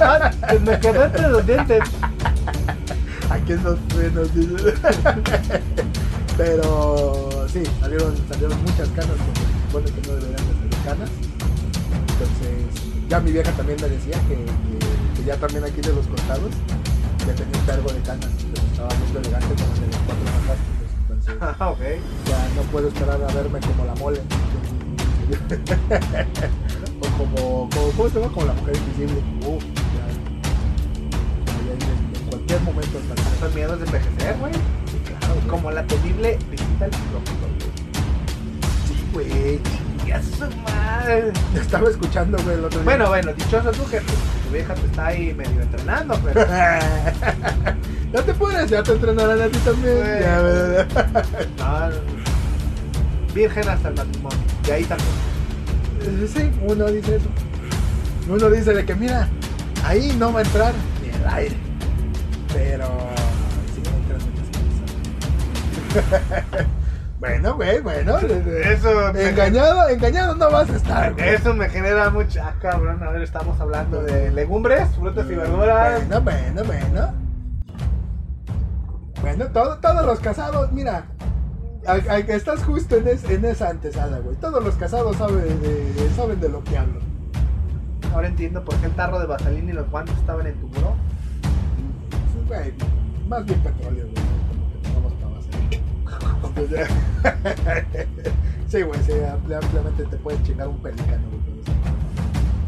Speaker 3: Ah, Me quedaste los dientes.
Speaker 2: Aquí en los frenos, dice. Pero sí, salieron, salieron muchas canas, porque se supone que no deberían de salir canas. Entonces, ya mi vieja también me decía que, que- que ya también aquí de los costados ya tenía un cargo de canas, pero estaba muy elegante como de los cuatro fantásticos. Entonces,
Speaker 3: Ah, ok.
Speaker 2: ya no puedo esperar a verme como la mole. o como, como, ¿cómo se llama? Como la mujer invisible. Uf, ya. Ya, ya, ya, en cualquier momento saldrá.
Speaker 3: Esos miedos de envejecer, güey.
Speaker 2: Claro, como
Speaker 3: Como la temible visita al psicólogo.
Speaker 2: sí, güey.
Speaker 3: ¡Ya su madre!
Speaker 2: Lo estaba escuchando, güey, el otro día.
Speaker 3: Bueno, bueno, dichoso tú que tu, tu vieja te está ahí medio entrenando, pero.
Speaker 2: ya te puedes, ya te entrenarán a ti también.
Speaker 3: Güey.
Speaker 2: Ya, ¿verdad?
Speaker 3: no, virgen hasta el matrimonio. Y ahí tampoco.
Speaker 2: sí, uno Pues dice eso. Uno dice de que, mira, ahí no va a entrar ni el aire. Pero sí entran muchas cosas. bueno, güey, bueno.
Speaker 3: Eso me-
Speaker 2: Engañado, engañado no vas a estar. güey.
Speaker 3: Eso me genera mucho. Ah, cabrón, a ver, estamos hablando de legumbres, frutas y verduras.
Speaker 2: Bueno, bueno, bueno. Bueno, todo- todos los casados, mira. a- a- estás justo en, es- en esa antesala, güey. Todos los casados saben de, saben de lo que hablo.
Speaker 3: Ahora entiendo por qué el tarro de vaselina y los guantes estaban en tu buró.
Speaker 2: Pues, güey, más bien petróleo, güey. Como que Vamos para base. Entonces, sí, güey, sí, ampli- ampliamente te puedes chingar un pelicano, güey. con eso.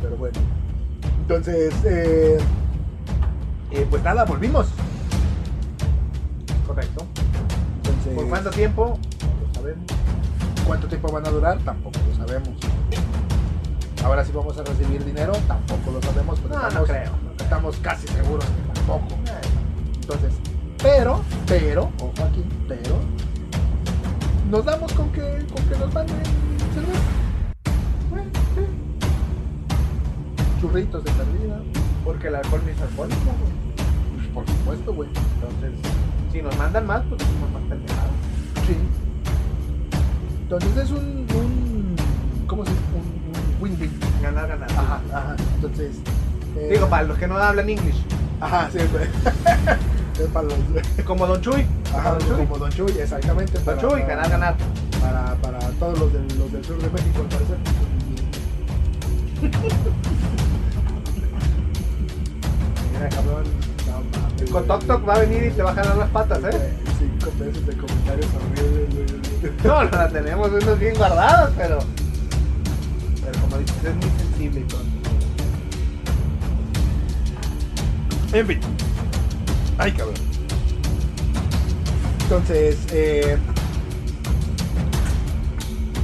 Speaker 2: Pero bueno. Entonces, eh, eh, pues nada, volvimos.
Speaker 3: Correcto.
Speaker 2: Entonces,
Speaker 3: ¿Por cuánto tiempo? No lo sabemos.
Speaker 2: ¿Cuánto tiempo van a durar? Tampoco lo sabemos. Ahora sí vamos a recibir dinero, tampoco lo sabemos, pero
Speaker 3: No, no
Speaker 2: estamos,
Speaker 3: creo, no creo.
Speaker 2: estamos casi seguros que tampoco. Entonces, pero, pero, ojo aquí, pero, nos damos con que, con que nos manden cerveza. Bueno, sí. Churritos de perdida,
Speaker 3: Porque el alcohol no es alcohólico, güey.
Speaker 2: pues, por supuesto, güey.
Speaker 3: Entonces, si nos mandan más, pues somos más pendejados.
Speaker 2: Sí. Entonces es un, un ¿cómo se dice? Un un win-win.
Speaker 3: Ganar, ganar.
Speaker 2: Ajá, ajá. Entonces. eh,
Speaker 3: Digo, para los que no hablan inglés.
Speaker 2: Ajá, sí, güey. Es para los.
Speaker 3: Como Don Chuy. Como
Speaker 2: Ajá,
Speaker 3: Don Chuy.
Speaker 2: como Don Chuy, exactamente.
Speaker 3: Don Chuy, ganar, ganar.
Speaker 2: Para, para todos los del, los del sur de México, al parecer.
Speaker 3: Mira, cabrón.
Speaker 2: No mames,
Speaker 3: El Toc Toc va a venir y te va a jalar las patas, ¿eh?
Speaker 2: Güey, Cinco pesos de comentarios horribles, güey.
Speaker 3: No, no la tenemos unos bien guardados, pero. Pero como dices, es muy sensible y todo.
Speaker 2: En fin. Ay, cabrón. Entonces, eh,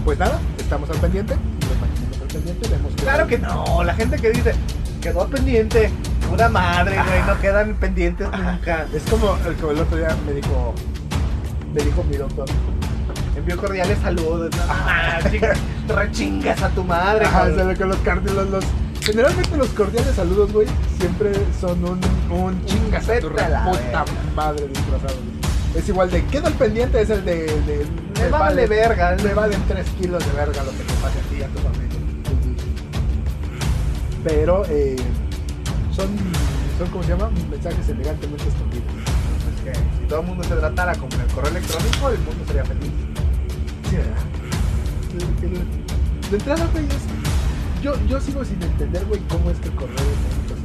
Speaker 2: pues nada, estamos al pendiente. Nos mantenemos al pendiente. Vemos qué-
Speaker 3: Claro que no, la gente que dice, quedó pendiente, pura madre, güey, no quedan pendientes nunca.
Speaker 2: Es como el que el otro día me dijo, me dijo mi doctor.
Speaker 3: Envío cordiales saludos. ¿no? Ah, chinga- rechingas a tu madre.
Speaker 2: Ajá, o sea,
Speaker 3: cabrón.
Speaker 2: lo que los cardios, los, generalmente los cordiales saludos, güey, siempre son un, un chingas a tu
Speaker 3: Vete a la
Speaker 2: puta
Speaker 3: verga.
Speaker 2: madre disfrazado. güey. es igual de queda el pendiente es el de, de-
Speaker 3: Me vale verga,
Speaker 2: me valen 3 kilos de verga lo que te pase a ti y a tu familia pero eh, son son como se llama mensajes elegantemente escondidos
Speaker 3: Es que si todo el mundo se tratara como en el correo electrónico, el mundo sería feliz.
Speaker 2: Sí, ¿verdad? El- el- De entrada, güey, es- Yo, yo sigo sin entender, güey, cómo es que el correo electrónico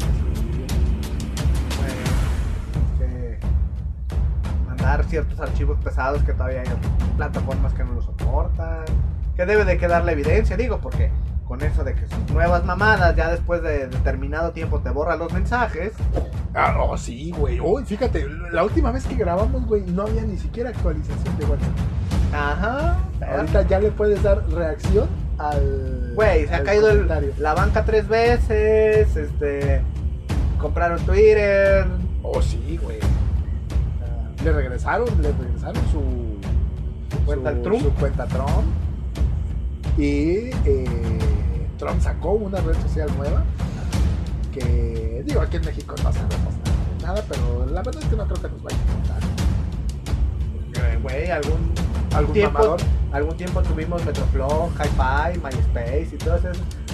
Speaker 3: Pues, eh, mandar ciertos archivos pesados que todavía hay plataformas que no lo soportan. Que debe de quedar la evidencia, digo, porque con eso de que sus nuevas mamadas ya después de determinado tiempo te borran los mensajes.
Speaker 2: Ah, oh, sí, güey. Uy, fíjate, la última vez que grabamos, güey, no había ni siquiera actualización de WhatsApp.
Speaker 3: Ajá.
Speaker 2: Ahorita ya le puedes dar reacción al.
Speaker 3: Güey, se ha
Speaker 2: al
Speaker 3: caído el-
Speaker 2: comentario.
Speaker 3: la banca tres veces, este, compraron Twitter.
Speaker 2: Oh, sí, güey.
Speaker 3: ah,
Speaker 2: Le regresaron, le regresaron su. su
Speaker 3: cuenta al Trump.
Speaker 2: Su cuenta Trump. Y eh, Trump sacó una red social nueva. Que, digo, aquí en México no sabemos nada, pero la verdad es que no creo que nos vaya a importar.
Speaker 3: eh, Güey, algún
Speaker 2: Algún
Speaker 3: tiempo,
Speaker 2: mamador.
Speaker 3: algún tiempo tuvimos Metroflow, hi MySpace y todo eso.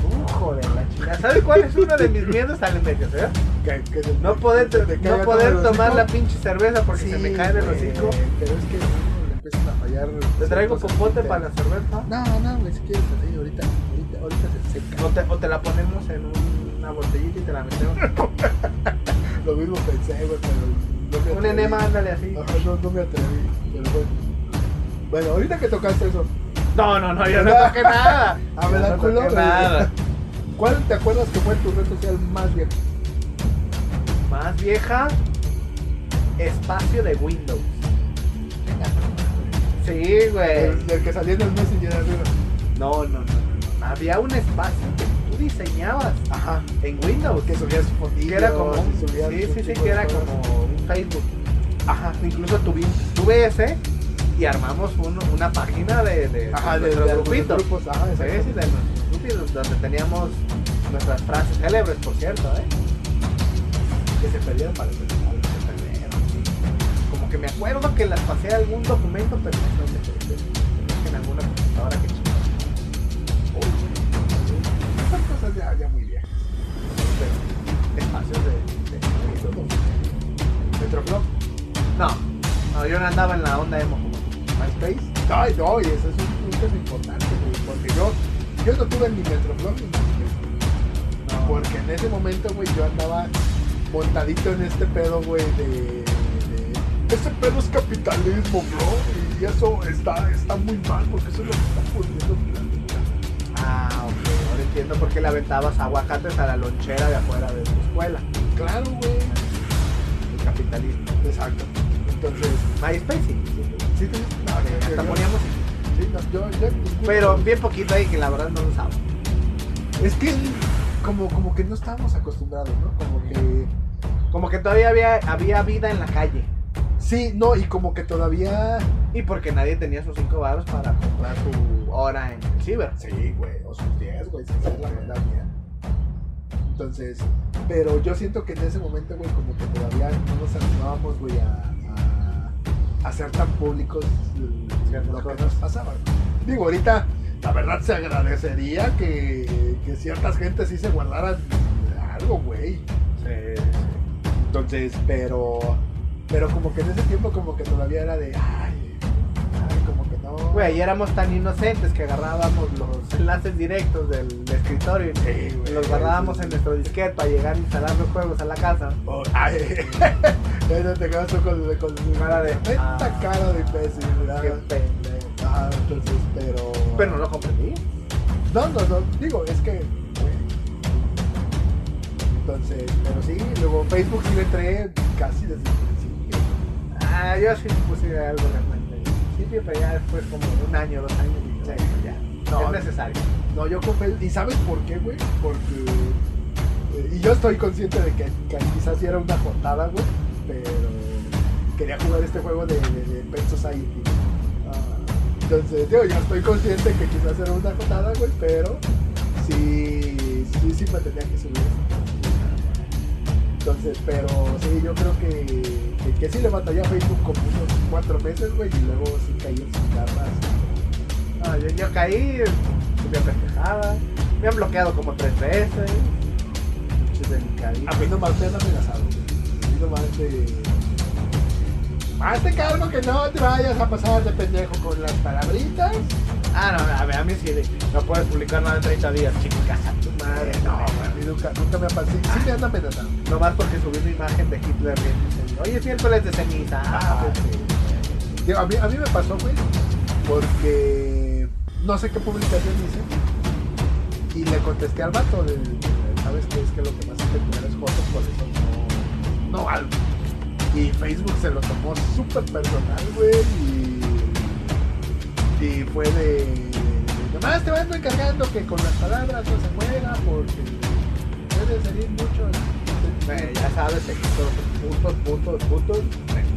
Speaker 3: Uh, joder, la chingada. ¿Sabes cuál es uno de mis miedos al envejecer?
Speaker 2: Que, que-
Speaker 3: No poder,
Speaker 2: que se te caiga
Speaker 3: no
Speaker 2: todo
Speaker 3: poder
Speaker 2: el
Speaker 3: tomar la
Speaker 2: hocico.
Speaker 3: pinche cerveza porque
Speaker 2: Sí,
Speaker 3: se me cae del
Speaker 2: güey, pues,
Speaker 3: hocico.
Speaker 2: Pero es que le empiezan a fallar.
Speaker 3: Te traigo
Speaker 2: ciertos
Speaker 3: popote
Speaker 2: ítems.
Speaker 3: para la cerveza.
Speaker 2: No, no, güey, si quieres ahí ahorita, ahorita, ahorita se seca.
Speaker 3: O te, o te la ponemos en una botellita y te la metemos.
Speaker 2: Lo mismo pensé, güey, pero. no me
Speaker 3: Un
Speaker 2: atreví.
Speaker 3: enema, ándale así.
Speaker 2: Ajá, No, no me atreví, pero bueno. Bueno, ahorita que tocaste eso,
Speaker 3: No, no, no, yo no toqué nada.
Speaker 2: Ah, ¿verdad,
Speaker 3: Yo no toqué
Speaker 2: culo?
Speaker 3: nada.
Speaker 2: ¿cuál te acuerdas que fue tu red social más vieja?
Speaker 3: Más vieja, espacio de Windows. Sí, güey.
Speaker 2: El, el que salía en el Messenger arriba.
Speaker 3: No, no, no, no. Había un espacio que tú diseñabas
Speaker 2: Ajá.
Speaker 3: en Windows.
Speaker 2: Que subías
Speaker 3: Que
Speaker 2: fotillos.
Speaker 3: era como un,
Speaker 2: y subías
Speaker 3: sí,
Speaker 2: un
Speaker 3: sí, sí, que
Speaker 2: chingo de
Speaker 3: era
Speaker 2: cosas.
Speaker 3: como un Facebook. Ajá, incluso tuve, tuve ese y armamos un- una página de, de,
Speaker 2: Ajá,
Speaker 3: de
Speaker 2: de, de,
Speaker 3: nuestro
Speaker 2: algunos
Speaker 3: grupito.
Speaker 2: grupos. Ajá,
Speaker 3: Sí, sí,
Speaker 2: exacto.
Speaker 3: de nuestros grupitos, donde teníamos nuestras frases célebres, por cierto, ¿eh? Que se perdieron para el festival, se perdieron, sí. Como que me acuerdo que las pasé a algún documento, pero no sé dónde, pero creo que en alguna computadora que chingada.
Speaker 2: Son cosas ya, ya muy viejas.
Speaker 3: Pero espacios de- de
Speaker 2: Metroflop,
Speaker 3: No, no, yo no andaba en la onda emo como tú.
Speaker 2: MySpace. Ay, no, y eso es un, un tema importante, güey, porque yo, yo no tuve ni Metroflop ni MySpace.
Speaker 3: No.
Speaker 2: Porque en ese momento, güey, yo andaba montadito en este pedo, güey, de, de- Ese pedo es capitalismo, bro, y eso está, está muy mal, porque eso es lo que está poniendo el planeta.
Speaker 3: Ah, ok, ahora entiendo por qué le aventabas aguacates a la lonchera de afuera de tu escuela.
Speaker 2: Claro, güey.
Speaker 3: El capitalismo.
Speaker 2: Exacto. Entonces,
Speaker 3: MySpace, sí. sí, sí.
Speaker 2: sí, te- no,
Speaker 3: Ok,
Speaker 2: yo-
Speaker 3: Hasta
Speaker 2: yo-
Speaker 3: poníamos.
Speaker 2: sí, no, yo- yo pues, en ningún-
Speaker 3: Pero bien poquito ahí que la verdad no lo usaba.
Speaker 2: Es que como, como que no estábamos acostumbrados, ¿no? Como que...
Speaker 3: Como que todavía había, había vida en la calle.
Speaker 2: Sí, no, y como que todavía...
Speaker 3: Y porque nadie tenía sus cinco baros para comprar su hora en el ciber.
Speaker 2: Sí, güey, o sus 10, güey, sin ser la maldad mía. Entonces, pero yo siento que en ese momento, güey, como que todavía no nos animábamos, güey, a, a, a ser tan públicos eh,
Speaker 3: Ciertas
Speaker 2: lo que
Speaker 3: cosas.
Speaker 2: nos pasaba. güey. Digo, ahorita, la verdad se agradecería que, que ciertas gentes sí se guardaran algo, güey. Entonces, pero. Pero como que en ese tiempo, como que todavía era de. Ay, ay como que no.
Speaker 3: Güey, éramos tan inocentes que agarrábamos los enlaces directos del, escritorio y
Speaker 2: Sí, güey.
Speaker 3: los guardábamos en nuestro disquete para llegar a instalar los juegos a la casa.
Speaker 2: Oh, ay, ahí no te quedas tú con, con
Speaker 3: Cara de,
Speaker 2: Esta
Speaker 3: ah.
Speaker 2: cara de imbécil.
Speaker 3: Qué
Speaker 2: ajá.
Speaker 3: pendejo.
Speaker 2: Ajá, entonces, pero.
Speaker 3: Pero no lo comprendí.
Speaker 2: No, no, no. Digo, es que. güey. Entonces, pero sí, luego Facebook sí le entré casi desde el principio.
Speaker 3: Ah, yo sí puse algo realmente. al principio, pero ya después como un año, dos años y
Speaker 2: Sí,
Speaker 3: ya.
Speaker 2: No.
Speaker 3: es necesario.
Speaker 2: No, yo con Facebook. ¿Y sabes por qué, güey? Porque. eh, Y yo estoy consciente de que, que quizás sí era una jotada, güey. Pero. Quería jugar este juego de, de, de Pet Society. Ah, entonces, digo, yo estoy consciente que quizás era una jotada, güey. Pero. Sí. Sí, sí me tenía que subir. Entonces, pero sí, yo creo que, que, que sí le batallé a Facebook como unos cuatro veces, güey, y luego sí caí en sus garras.
Speaker 3: No, yo, yo caí, me festejaba. Me han bloqueado como tres veces. Pinches delicaditos.
Speaker 2: A mí nomás te han amenazado, güey. A mí nomás te. Más te cargo que no te vayas a pasar de pendejo con las palabritas.
Speaker 3: Ah, no, a, ver, a mí sí, de- no puedes publicar nada en 30 días, chicos, casa tu
Speaker 2: Madre,
Speaker 3: madre,
Speaker 2: no,
Speaker 3: no,
Speaker 2: güey, a mí nunca, nunca me ha pasado. Sí, sí me han amenazado.
Speaker 3: no más porque subí una imagen de Hitler bien. Oye, es miércoles de ceniza.
Speaker 2: Ah,
Speaker 3: Ah,
Speaker 2: sí. Digo, a, mí, a mí me pasó, güey, porque no sé qué publicación hice y le contesté al vato del, ¿sabes qué? Es que lo que más es que tú eres joto, por eso no, no valgo. Y Facebook se lo tomó súper personal, güey, y, y fue de... Nomás te van encargando que con las palabras no se juega porque puede salir mucho...
Speaker 3: Güey, ya sabes, se quitó puntos, puntos, puntos.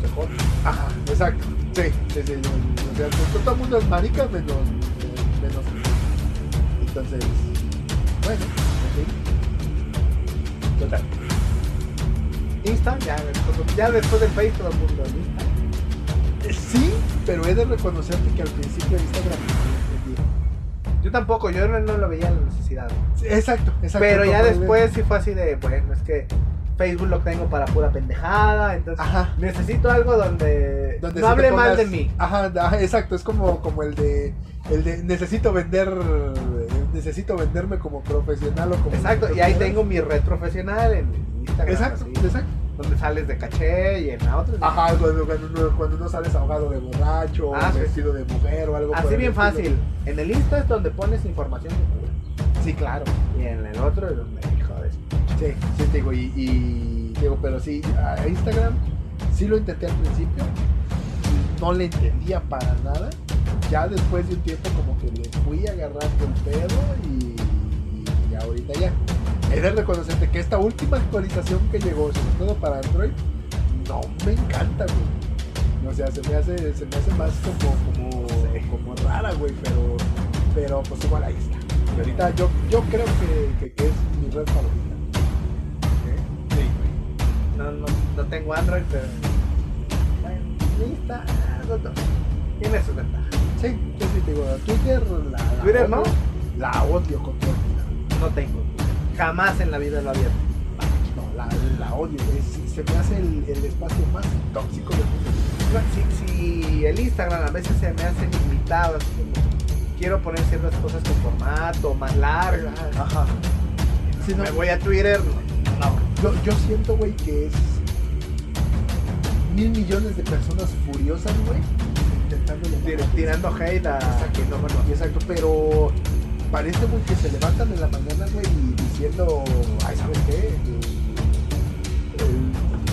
Speaker 3: Mejor.
Speaker 2: Ajá, exacto. Sí, sí, sí. lo- o sea, pues, todo el mundo es marica menos. eh, menos. Entonces. Bueno, en fin. Total.
Speaker 3: Insta, ya, después- ya después del Facebook, mundo, Insta.
Speaker 2: Eh, Sí, pero he de reconocerte que al principio de Instagram. no lo entendí.
Speaker 3: Yo tampoco, yo no, no lo veía la necesidad.
Speaker 2: Sí, Exacto, exacto.
Speaker 3: Pero ya
Speaker 2: como
Speaker 3: después sí fue así de, bueno, es que Facebook lo tengo para pura pendejada, entonces
Speaker 2: Ajá.
Speaker 3: necesito algo donde,
Speaker 2: donde
Speaker 3: no
Speaker 2: si te
Speaker 3: hable mal
Speaker 2: pongas-
Speaker 3: de mí.
Speaker 2: Ajá, ajá, exacto, es como, como el de el de necesito vender eh, necesito venderme como profesional o como
Speaker 3: Exacto, y ahí tengo mi red profesional en Instagram.
Speaker 2: Exacto,
Speaker 3: así,
Speaker 2: exacto.
Speaker 3: Donde sales de caché y en la otra.
Speaker 2: Ajá, cuando, cuando uno, cuando uno sales ahogado de borracho,
Speaker 3: Ah,
Speaker 2: o
Speaker 3: sí.
Speaker 2: vestido de mujer o algo por
Speaker 3: Así
Speaker 2: el
Speaker 3: bien
Speaker 2: estilo.
Speaker 3: fácil. En el Insta es donde pones información de Cuba.
Speaker 2: Sí, claro.
Speaker 3: Y en el otro es donde, joder.
Speaker 2: Sí, sí, te digo, y, y te digo, pero sí, a Instagram sí lo intenté al principio, no le entendía para nada. Ya después de un tiempo como que le fui agarrando el pedo y, y ahorita ya. He de reconocerte que esta última actualización que llegó, sobre todo para Android, no me encanta, güey. O sea, se me hace, se me hace más como, como, como rara, güey, pero, pero pues igual ahí está. Y ahorita yo, yo creo que, que- que es mi red favorita. Sí, güey.
Speaker 3: No, no, no tengo Android, pero. Bueno, Insta, ah, no, no. tiene sus ventajas.
Speaker 2: Sí, sí, sí, te digo, Twitter la, la
Speaker 3: Twitter, ¿no?
Speaker 2: odio, La odio con todo. mi alma.
Speaker 3: No tengo. Jamás en la vida lo he abierto.
Speaker 2: No, la, la odio. es- se me hace el, el espacio más tóxico del mundo.
Speaker 3: No, Si, si el Instagram a veces se me hace limitado, así como quiero poner ciertas cosas con formato más largas.
Speaker 2: Ajá. Sí, no.
Speaker 3: me voy a Twitter, no.
Speaker 2: Yo, yo siento, güey, que es mil millones de personas furiosas, güey, intentando llamar la
Speaker 3: Tir-
Speaker 2: atención.
Speaker 3: Tirando hate a
Speaker 2: Exacto,
Speaker 3: quien no
Speaker 2: Y
Speaker 3: conoce.
Speaker 2: Exacto, pero parece muy que se levantan en la mañana, güey, y diciendo, ay, ¿sabes qué? El- el-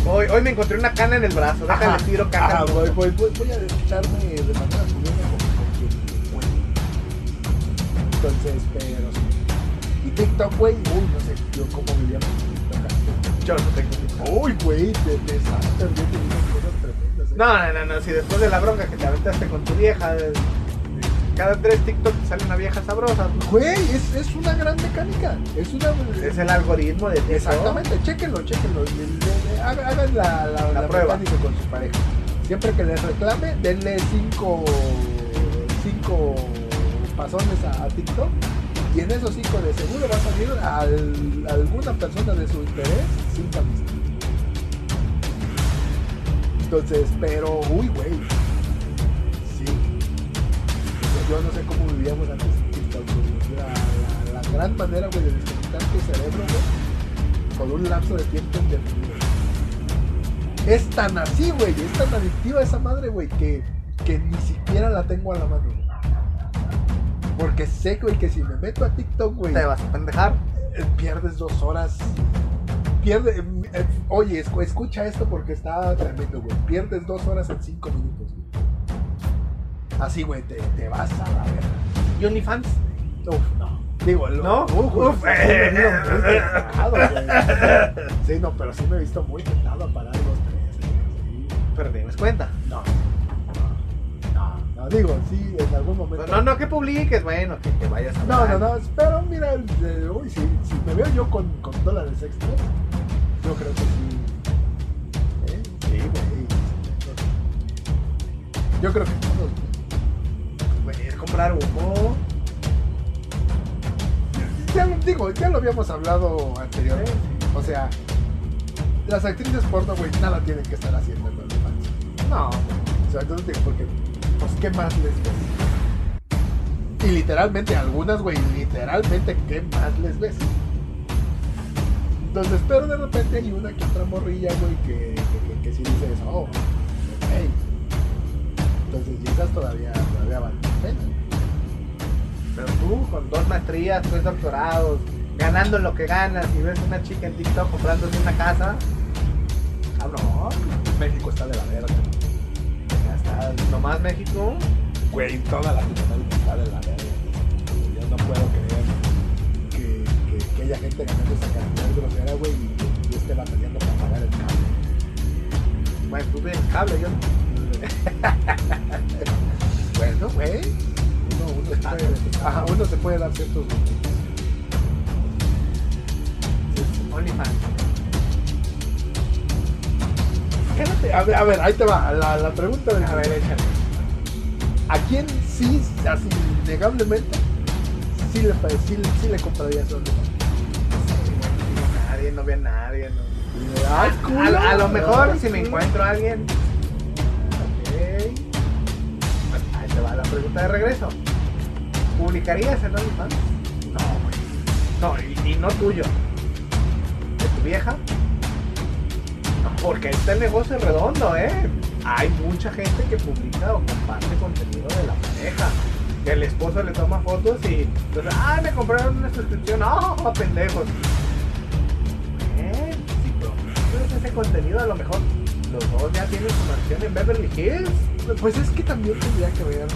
Speaker 3: Hoy, hoy me encontré una cana en el brazo, déjale
Speaker 2: Ajá.
Speaker 3: tiro caja.
Speaker 2: Ajá, voy, voy, voy, voy a desquitarme de manera furiosa con, con quien me puede. Entonces, pero sí. Y TikTok, güey, uy, no sé, yo cómo vivíamos en TikTok antes.
Speaker 3: Yo no tengo TikTok.
Speaker 2: Uy, güey, te, te estás perdiendo unas cosas tremendas. eh.
Speaker 3: No, no, no, no, si después de la bronca que te aventaste con tu vieja, eh, cada tres TikTok te sale una vieja sabrosa.
Speaker 2: Güey, es, es una gran mecánica. Es una.
Speaker 3: Es el algoritmo de TikTok.
Speaker 2: Exactamente, chequenlo, chequenlo. Le- le- le- haga- Hagan la, la,
Speaker 3: La
Speaker 2: la
Speaker 3: prueba.
Speaker 2: mecánica con su pareja. Siempre que les reclame, denle cinco, cinco pasones a, a TikTok. Y en esos cinco de seguro va a salir al- alguna persona de su interés sin camisa. Entonces, pero, uy, güey. Sí. Yo- Yo no sé cómo vivíamos antes en TikTok. güey. La, la- la gran manera, güey, de desconectar tu cerebro, güey, con un lapso de tiempo indefinido. Es tan así, güey, es tan adictiva esa madre, güey, que, que ni siquiera la tengo a la mano, güey. Porque sé, güey, que si me meto a TikTok, güey,
Speaker 3: Te vas a pendejar.
Speaker 2: eh, pierdes dos horas. Pierde, eh, oye, escu- escucha esto porque está tremendo, güey. Pierdes dos horas en cinco minutos, güey. Así, güey, te, te vas a la verga.
Speaker 3: ¿Y OnlyFans?
Speaker 2: Uf, no. Digo, lo-
Speaker 3: ¿No?
Speaker 2: Uf, güey,
Speaker 3: Uf,
Speaker 2: sí me vieron muy tentado, güey. Sí, no, pero sí me he visto muy tentado a parar los tres. güey, sí.
Speaker 3: Pero te das cuenta.
Speaker 2: No. No, no, digo, sí, en algún momento.
Speaker 3: No, no, que publiques, bueno, que te vayas a
Speaker 2: No, no,
Speaker 3: hablar.
Speaker 2: no, pero mira, eh, uy, si, si me veo yo con, con dólares extras, Yo creo que sí. ¿Eh?
Speaker 3: Sí, güey.
Speaker 2: Yo creo que todos.
Speaker 3: Güey, Pues, Es comprar humo.
Speaker 2: Ya lo digo, ya lo habíamos hablado anteriormente. O sea, las actrices porno, güey, nada tienen que estar haciendo en los demás.
Speaker 3: No.
Speaker 2: O sea, entonces digo, porque, pues, ¿qué más les ves? Y literalmente, algunas, güey, literalmente, ¿qué más les ves? Entonces, pero de repente hay una que otra morrilla, güey, que, que, que sí dice eso, oh, ok. Entonces, y esas todavía, todavía valen la pena.
Speaker 3: Pero tú, con dos maestrías, tres doctorados, ganando lo que ganas y ves una chica en TikTok comprándose una casa. Ah, Cabrón.
Speaker 2: México está de la verga.
Speaker 3: Ya está. Nomás México.
Speaker 2: Güey, toda la Latinoamérica está de la verga. Yo no puedo creer que, que, que haya gente ganando esa cantidad grosera, güey, y, y esté batallando para pagar el cable.
Speaker 3: Bueno, tú ves cable, yo.
Speaker 2: Bueno, güey. Uno, uno, se puede, ajá, uno se puede dar ciertos gustos.
Speaker 3: pues, OnlyFans.
Speaker 2: Espérate, A ver, a ver, ahí te va. La, la pregunta de
Speaker 3: A ver, échale.
Speaker 2: ¿A quién sí, así, innegablemente, sí le, pa- sí, sí le comprarías un
Speaker 3: Nadie, no ve a nadie. No.
Speaker 2: Ay, culo.
Speaker 3: Ah, A, a lo mejor si me
Speaker 2: Ay, culo.
Speaker 3: encuentro a alguien. Ok. Ahí te va la pregunta de regreso. ¿Publicarías en OnlyFans? No, güey. No, y, y no tuyo. ¿De tu vieja? No, porque este negocio es redondo, ¿eh? Hay mucha gente que publica o comparte contenido de la pareja. Que el esposo le toma fotos y. entonces, ¡Ay, me compraron una suscripción! ¡Ah, pendejos! ¿Eh? Si promueves ese contenido, a lo mejor los dos ya tienen su mansión en Beverly Hills.
Speaker 2: Pues es que también tendría que ver.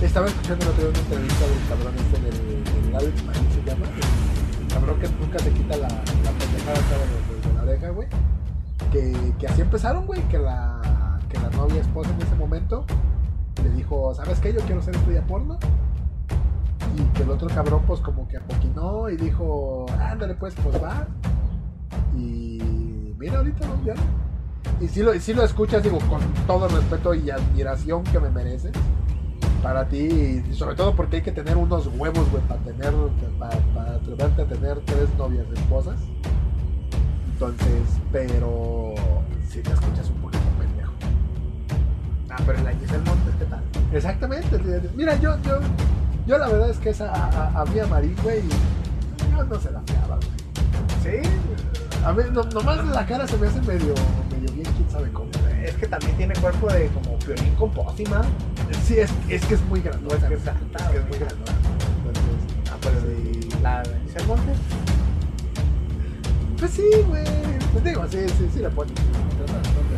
Speaker 2: Estaba escuchando el otro día una entrevista del cabrón este del, del Alex Mann, se llama. El cabrón que nunca se quita la, la pendejada esa de, de- de la oreja, güey. Que, que así empezaron, güey. Que la, que la novia esposa en ese momento le dijo, ¿sabes qué? Yo quiero ser estrella porno. Y que el otro cabrón, pues como que apoquinó y dijo, ándale, pues, pues va. Y mira, ahorita no, ya no. Y si lo, y sí lo escuchas, digo, con todo el respeto y admiración que me mereces para ti, y sobre todo porque hay que tener unos huevos, güey, para tener, para, para atreverte a tener tres novias esposas. Entonces, pero si te escuchas un poquito pendejo.
Speaker 3: Ah, pero la Giselle Montes, ¿qué tal?
Speaker 2: Exactamente. Mira, yo, yo, yo la verdad es que esa a, a, a mí a Marín, güey, yo no se la fiaba, güey.
Speaker 3: Sí.
Speaker 2: A mí, no, nomás la cara se me hace medio, medio bien, quién sabe cómo. Eh,
Speaker 3: Es que también tiene cuerpo de como violín con pócima.
Speaker 2: Sí, es, es que es muy
Speaker 3: No
Speaker 2: grandota.
Speaker 3: es que
Speaker 2: güey.
Speaker 3: está.
Speaker 2: Es que es muy grandota. Entonces,
Speaker 3: Ah, pero sí. La Giselle Montes.
Speaker 2: Pues sí, güey. Pues digo, sí, sí, sí la ponen.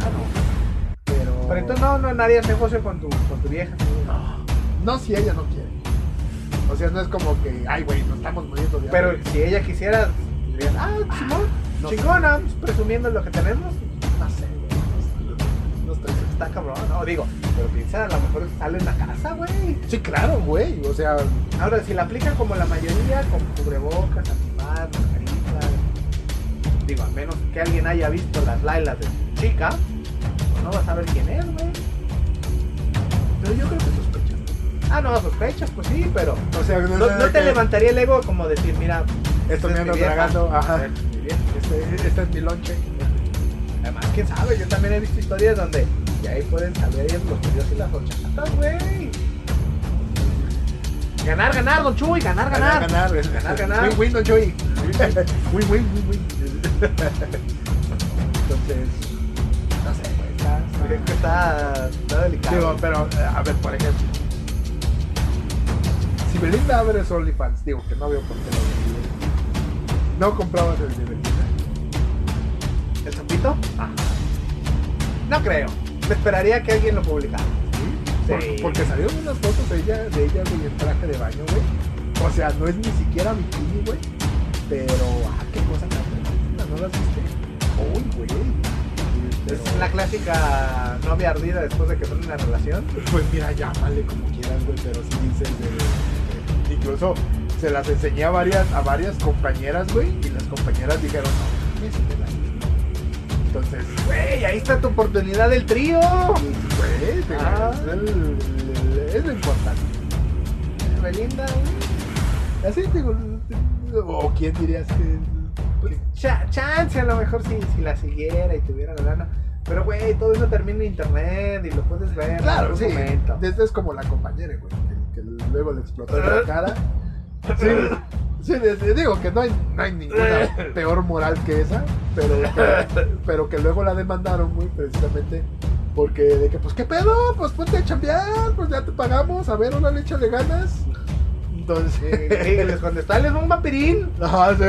Speaker 3: Ah, no.
Speaker 2: Pero.
Speaker 3: Pero entonces no, no, nadie hace negocio con tu, con tu vieja.
Speaker 2: No, no si ella no quiere. O sea, no es como que, ay, güey, nos estamos muriendo de hambre.
Speaker 3: Pero si ella quisiera, le dirías, ah, Simón,
Speaker 2: no sé.
Speaker 3: chingona, pues, presumiendo lo que tenemos.
Speaker 2: no sé, güey. No estoy.
Speaker 3: Está cabrón, no, digo, pero piensa, a lo mejor sale en la casa, güey.
Speaker 2: Sí, claro, güey. O sea,
Speaker 3: Ahora, si la aplican como la mayoría, con cubrebocas, antimar, mascarilla, digo, a menos que alguien haya visto las lailas de su chica, pues no vas a ver quién es, güey.
Speaker 2: pero yo creo que sospechas.
Speaker 3: Ah, no, sospechas, pues sí, pero
Speaker 2: O sea,
Speaker 3: no, no te levantaría el ego como decir, mira,
Speaker 2: Esto
Speaker 3: esta
Speaker 2: me
Speaker 3: es
Speaker 2: ando
Speaker 3: mi vieja,
Speaker 2: tragando. Ajá.
Speaker 3: esta es mi vieja.
Speaker 2: Este, este es mi lonche.
Speaker 3: Además, quién sabe, yo también he visto historias donde y ahí pueden salir los videos y las horchatas, güey. Ganar, ganar, don Chuy, ganar, ganar.
Speaker 2: Ganar, este,
Speaker 3: Ganar, ganar.
Speaker 2: Win, win, no, Joey. Win, win, win, win. Entonces, no sé, güey. está-
Speaker 3: Es
Speaker 2: está-
Speaker 3: que está, está delicado.
Speaker 2: Digo, pero, eh, a ver, por ejemplo. Si Belinda abre su OnlyFans, digo que no veo por qué lo abriría. No comprabas el de Belinda.
Speaker 3: ¿El zapito? No creo. Me esperaría que alguien lo publicara.
Speaker 2: Por-
Speaker 3: Sí.
Speaker 2: porque salieron unas fotos de ella, de ella, güey, en traje de baño, güey. O sea, no es ni siquiera bikini, güey. Pero, ah, qué cosa tan tremenda, ¿no las viste? Uy, güey. Sí, pero-
Speaker 3: Es la clásica novia ardida después de que ponen una relación.
Speaker 2: Pues mira, llámale como quieras, güey, pero sí dices de- de- Incluso se las enseñé a varias, a varias compañeras, güey, y las compañeras dijeron, no, mames, te las- Entonces,
Speaker 3: Güey, ahí está tu oportunidad del trío.
Speaker 2: pues,
Speaker 3: Ah.
Speaker 2: es, el- es lo importante.
Speaker 3: Belinda,
Speaker 2: Así digo, o quién dirías que...
Speaker 3: güey. Cha- chance a lo mejor si, si la siguiera y tuviera la lana. Pero, güey, todo eso termina en internet y lo puedes ver. en
Speaker 2: Claro,
Speaker 3: algún
Speaker 2: sí.
Speaker 3: momento.
Speaker 2: Desde es como la compañera, güey, que, que luego le explotó en la cara. Sí, sí, de- de- digo que no hay, no hay ninguna peor moral que esa, pero, que- pero que luego la demandaron, güey, precisamente porque de que, pues, ¿qué pedo? Pues ponte a chambear, pues ya te pagamos, a ver, una leche de ganas.
Speaker 3: Sí,
Speaker 2: Entonces...
Speaker 3: sí, les contestó, "Él es un vampirín.
Speaker 2: Ajá, sí.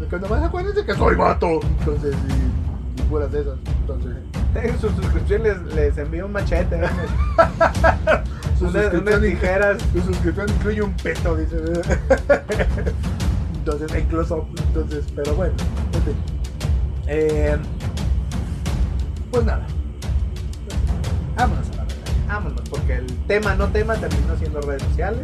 Speaker 2: De que nomás acuérdense que soy vato. Entonces, y, y puras de esas. Entonces,
Speaker 3: En su suscripción les, les envío un machete, ¿no?
Speaker 2: su
Speaker 3: Unas- unas
Speaker 2: suscripción, in-
Speaker 3: tijeras.
Speaker 2: su suscripción incluye un peto, dice. Entonces, en close up. Entonces, pero bueno, en fin.
Speaker 3: Eh,
Speaker 2: Pues nada. Vámonos a la verdad.
Speaker 3: vámonos, porque el tema no tema terminó siendo redes sociales.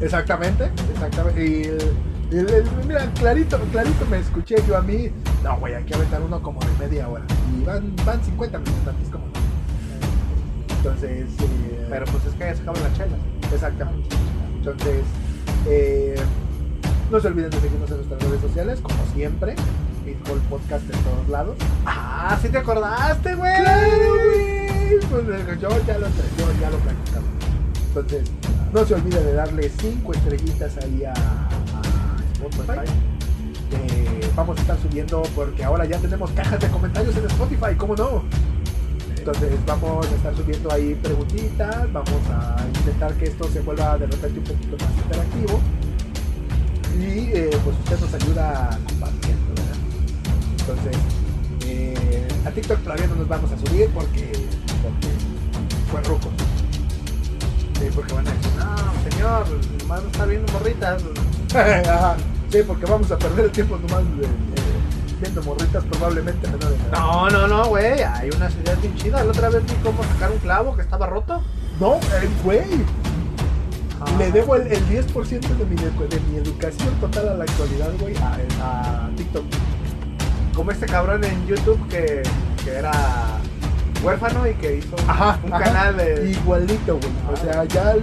Speaker 2: Exactamente, exactamente. Y, y- y- mira, clarito, clarito me escuché yo a mí. No, güey, hay que aventar uno como de media hora. Y van, van 50 minutos, es como. Entonces, eh,
Speaker 3: Pero pues es que ya se acaban las chelas.
Speaker 2: Exactamente. Entonces, eh, no se olviden de seguirnos en nuestras redes sociales, como siempre. Bitcoin Podcast en todos lados.
Speaker 3: Ah, sí te acordaste, güey.
Speaker 2: güey! Pues eh, yo ya lo, yo ya lo practicaba. Entonces, no se olviden de darle 5 estrellitas ahí a, a Spotify. Eh, vamos a estar subiendo porque ahora ya tenemos cajas de comentarios en Spotify, ¿cómo no? Entonces vamos a estar subiendo ahí preguntitas, vamos a intentar que esto se vuelva de repente un poquito más interactivo. Y eh, pues usted nos ayuda compartiendo, ¿verdad? Entonces, eh, a TikTok todavía no nos vamos a subir porque, porque fue roco.
Speaker 3: Sí, porque van a decir, no, señor, nomás no está viendo morritas.
Speaker 2: Ajá. sí, porque vamos a perder el tiempo nomás eh, eh, viendo morritas probablemente menores. de edad.
Speaker 3: No, no, no, güey. Hay unas ideas bien chidas. La otra vez vi cómo sacar un clavo que estaba roto.
Speaker 2: No, eh, güey.
Speaker 3: Ah.
Speaker 2: Le debo el, el 10% de mi, edu- de mi educación total a la actualidad, güey, a, a TikTok.
Speaker 3: Como este cabrón en YouTube que, que era huérfano y que hizo un- un
Speaker 2: Ajá.
Speaker 3: canal de. Ah.
Speaker 2: Igualito, güey. O sea, ya. el-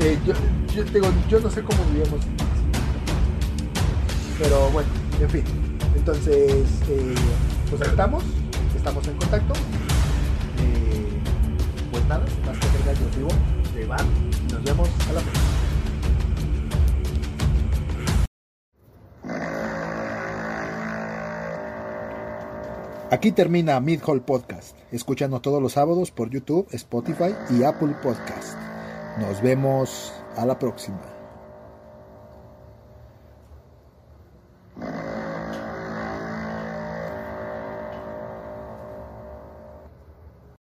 Speaker 2: eh, yo, yo, digo, yo no sé cómo vivíamos. sin- sin TikTok. Pero bueno, en fin. Entonces, eh, pues ahí estamos. Estamos en contacto. Eh, pues nada, más que tenga yo vivo.
Speaker 3: de bar.
Speaker 2: Nos vemos a la próxima.
Speaker 1: Aquí termina Mid Hall Podcast. Escúchanos todos los sábados por YouTube, Spotify y Apple Podcast. Nos vemos a la próxima.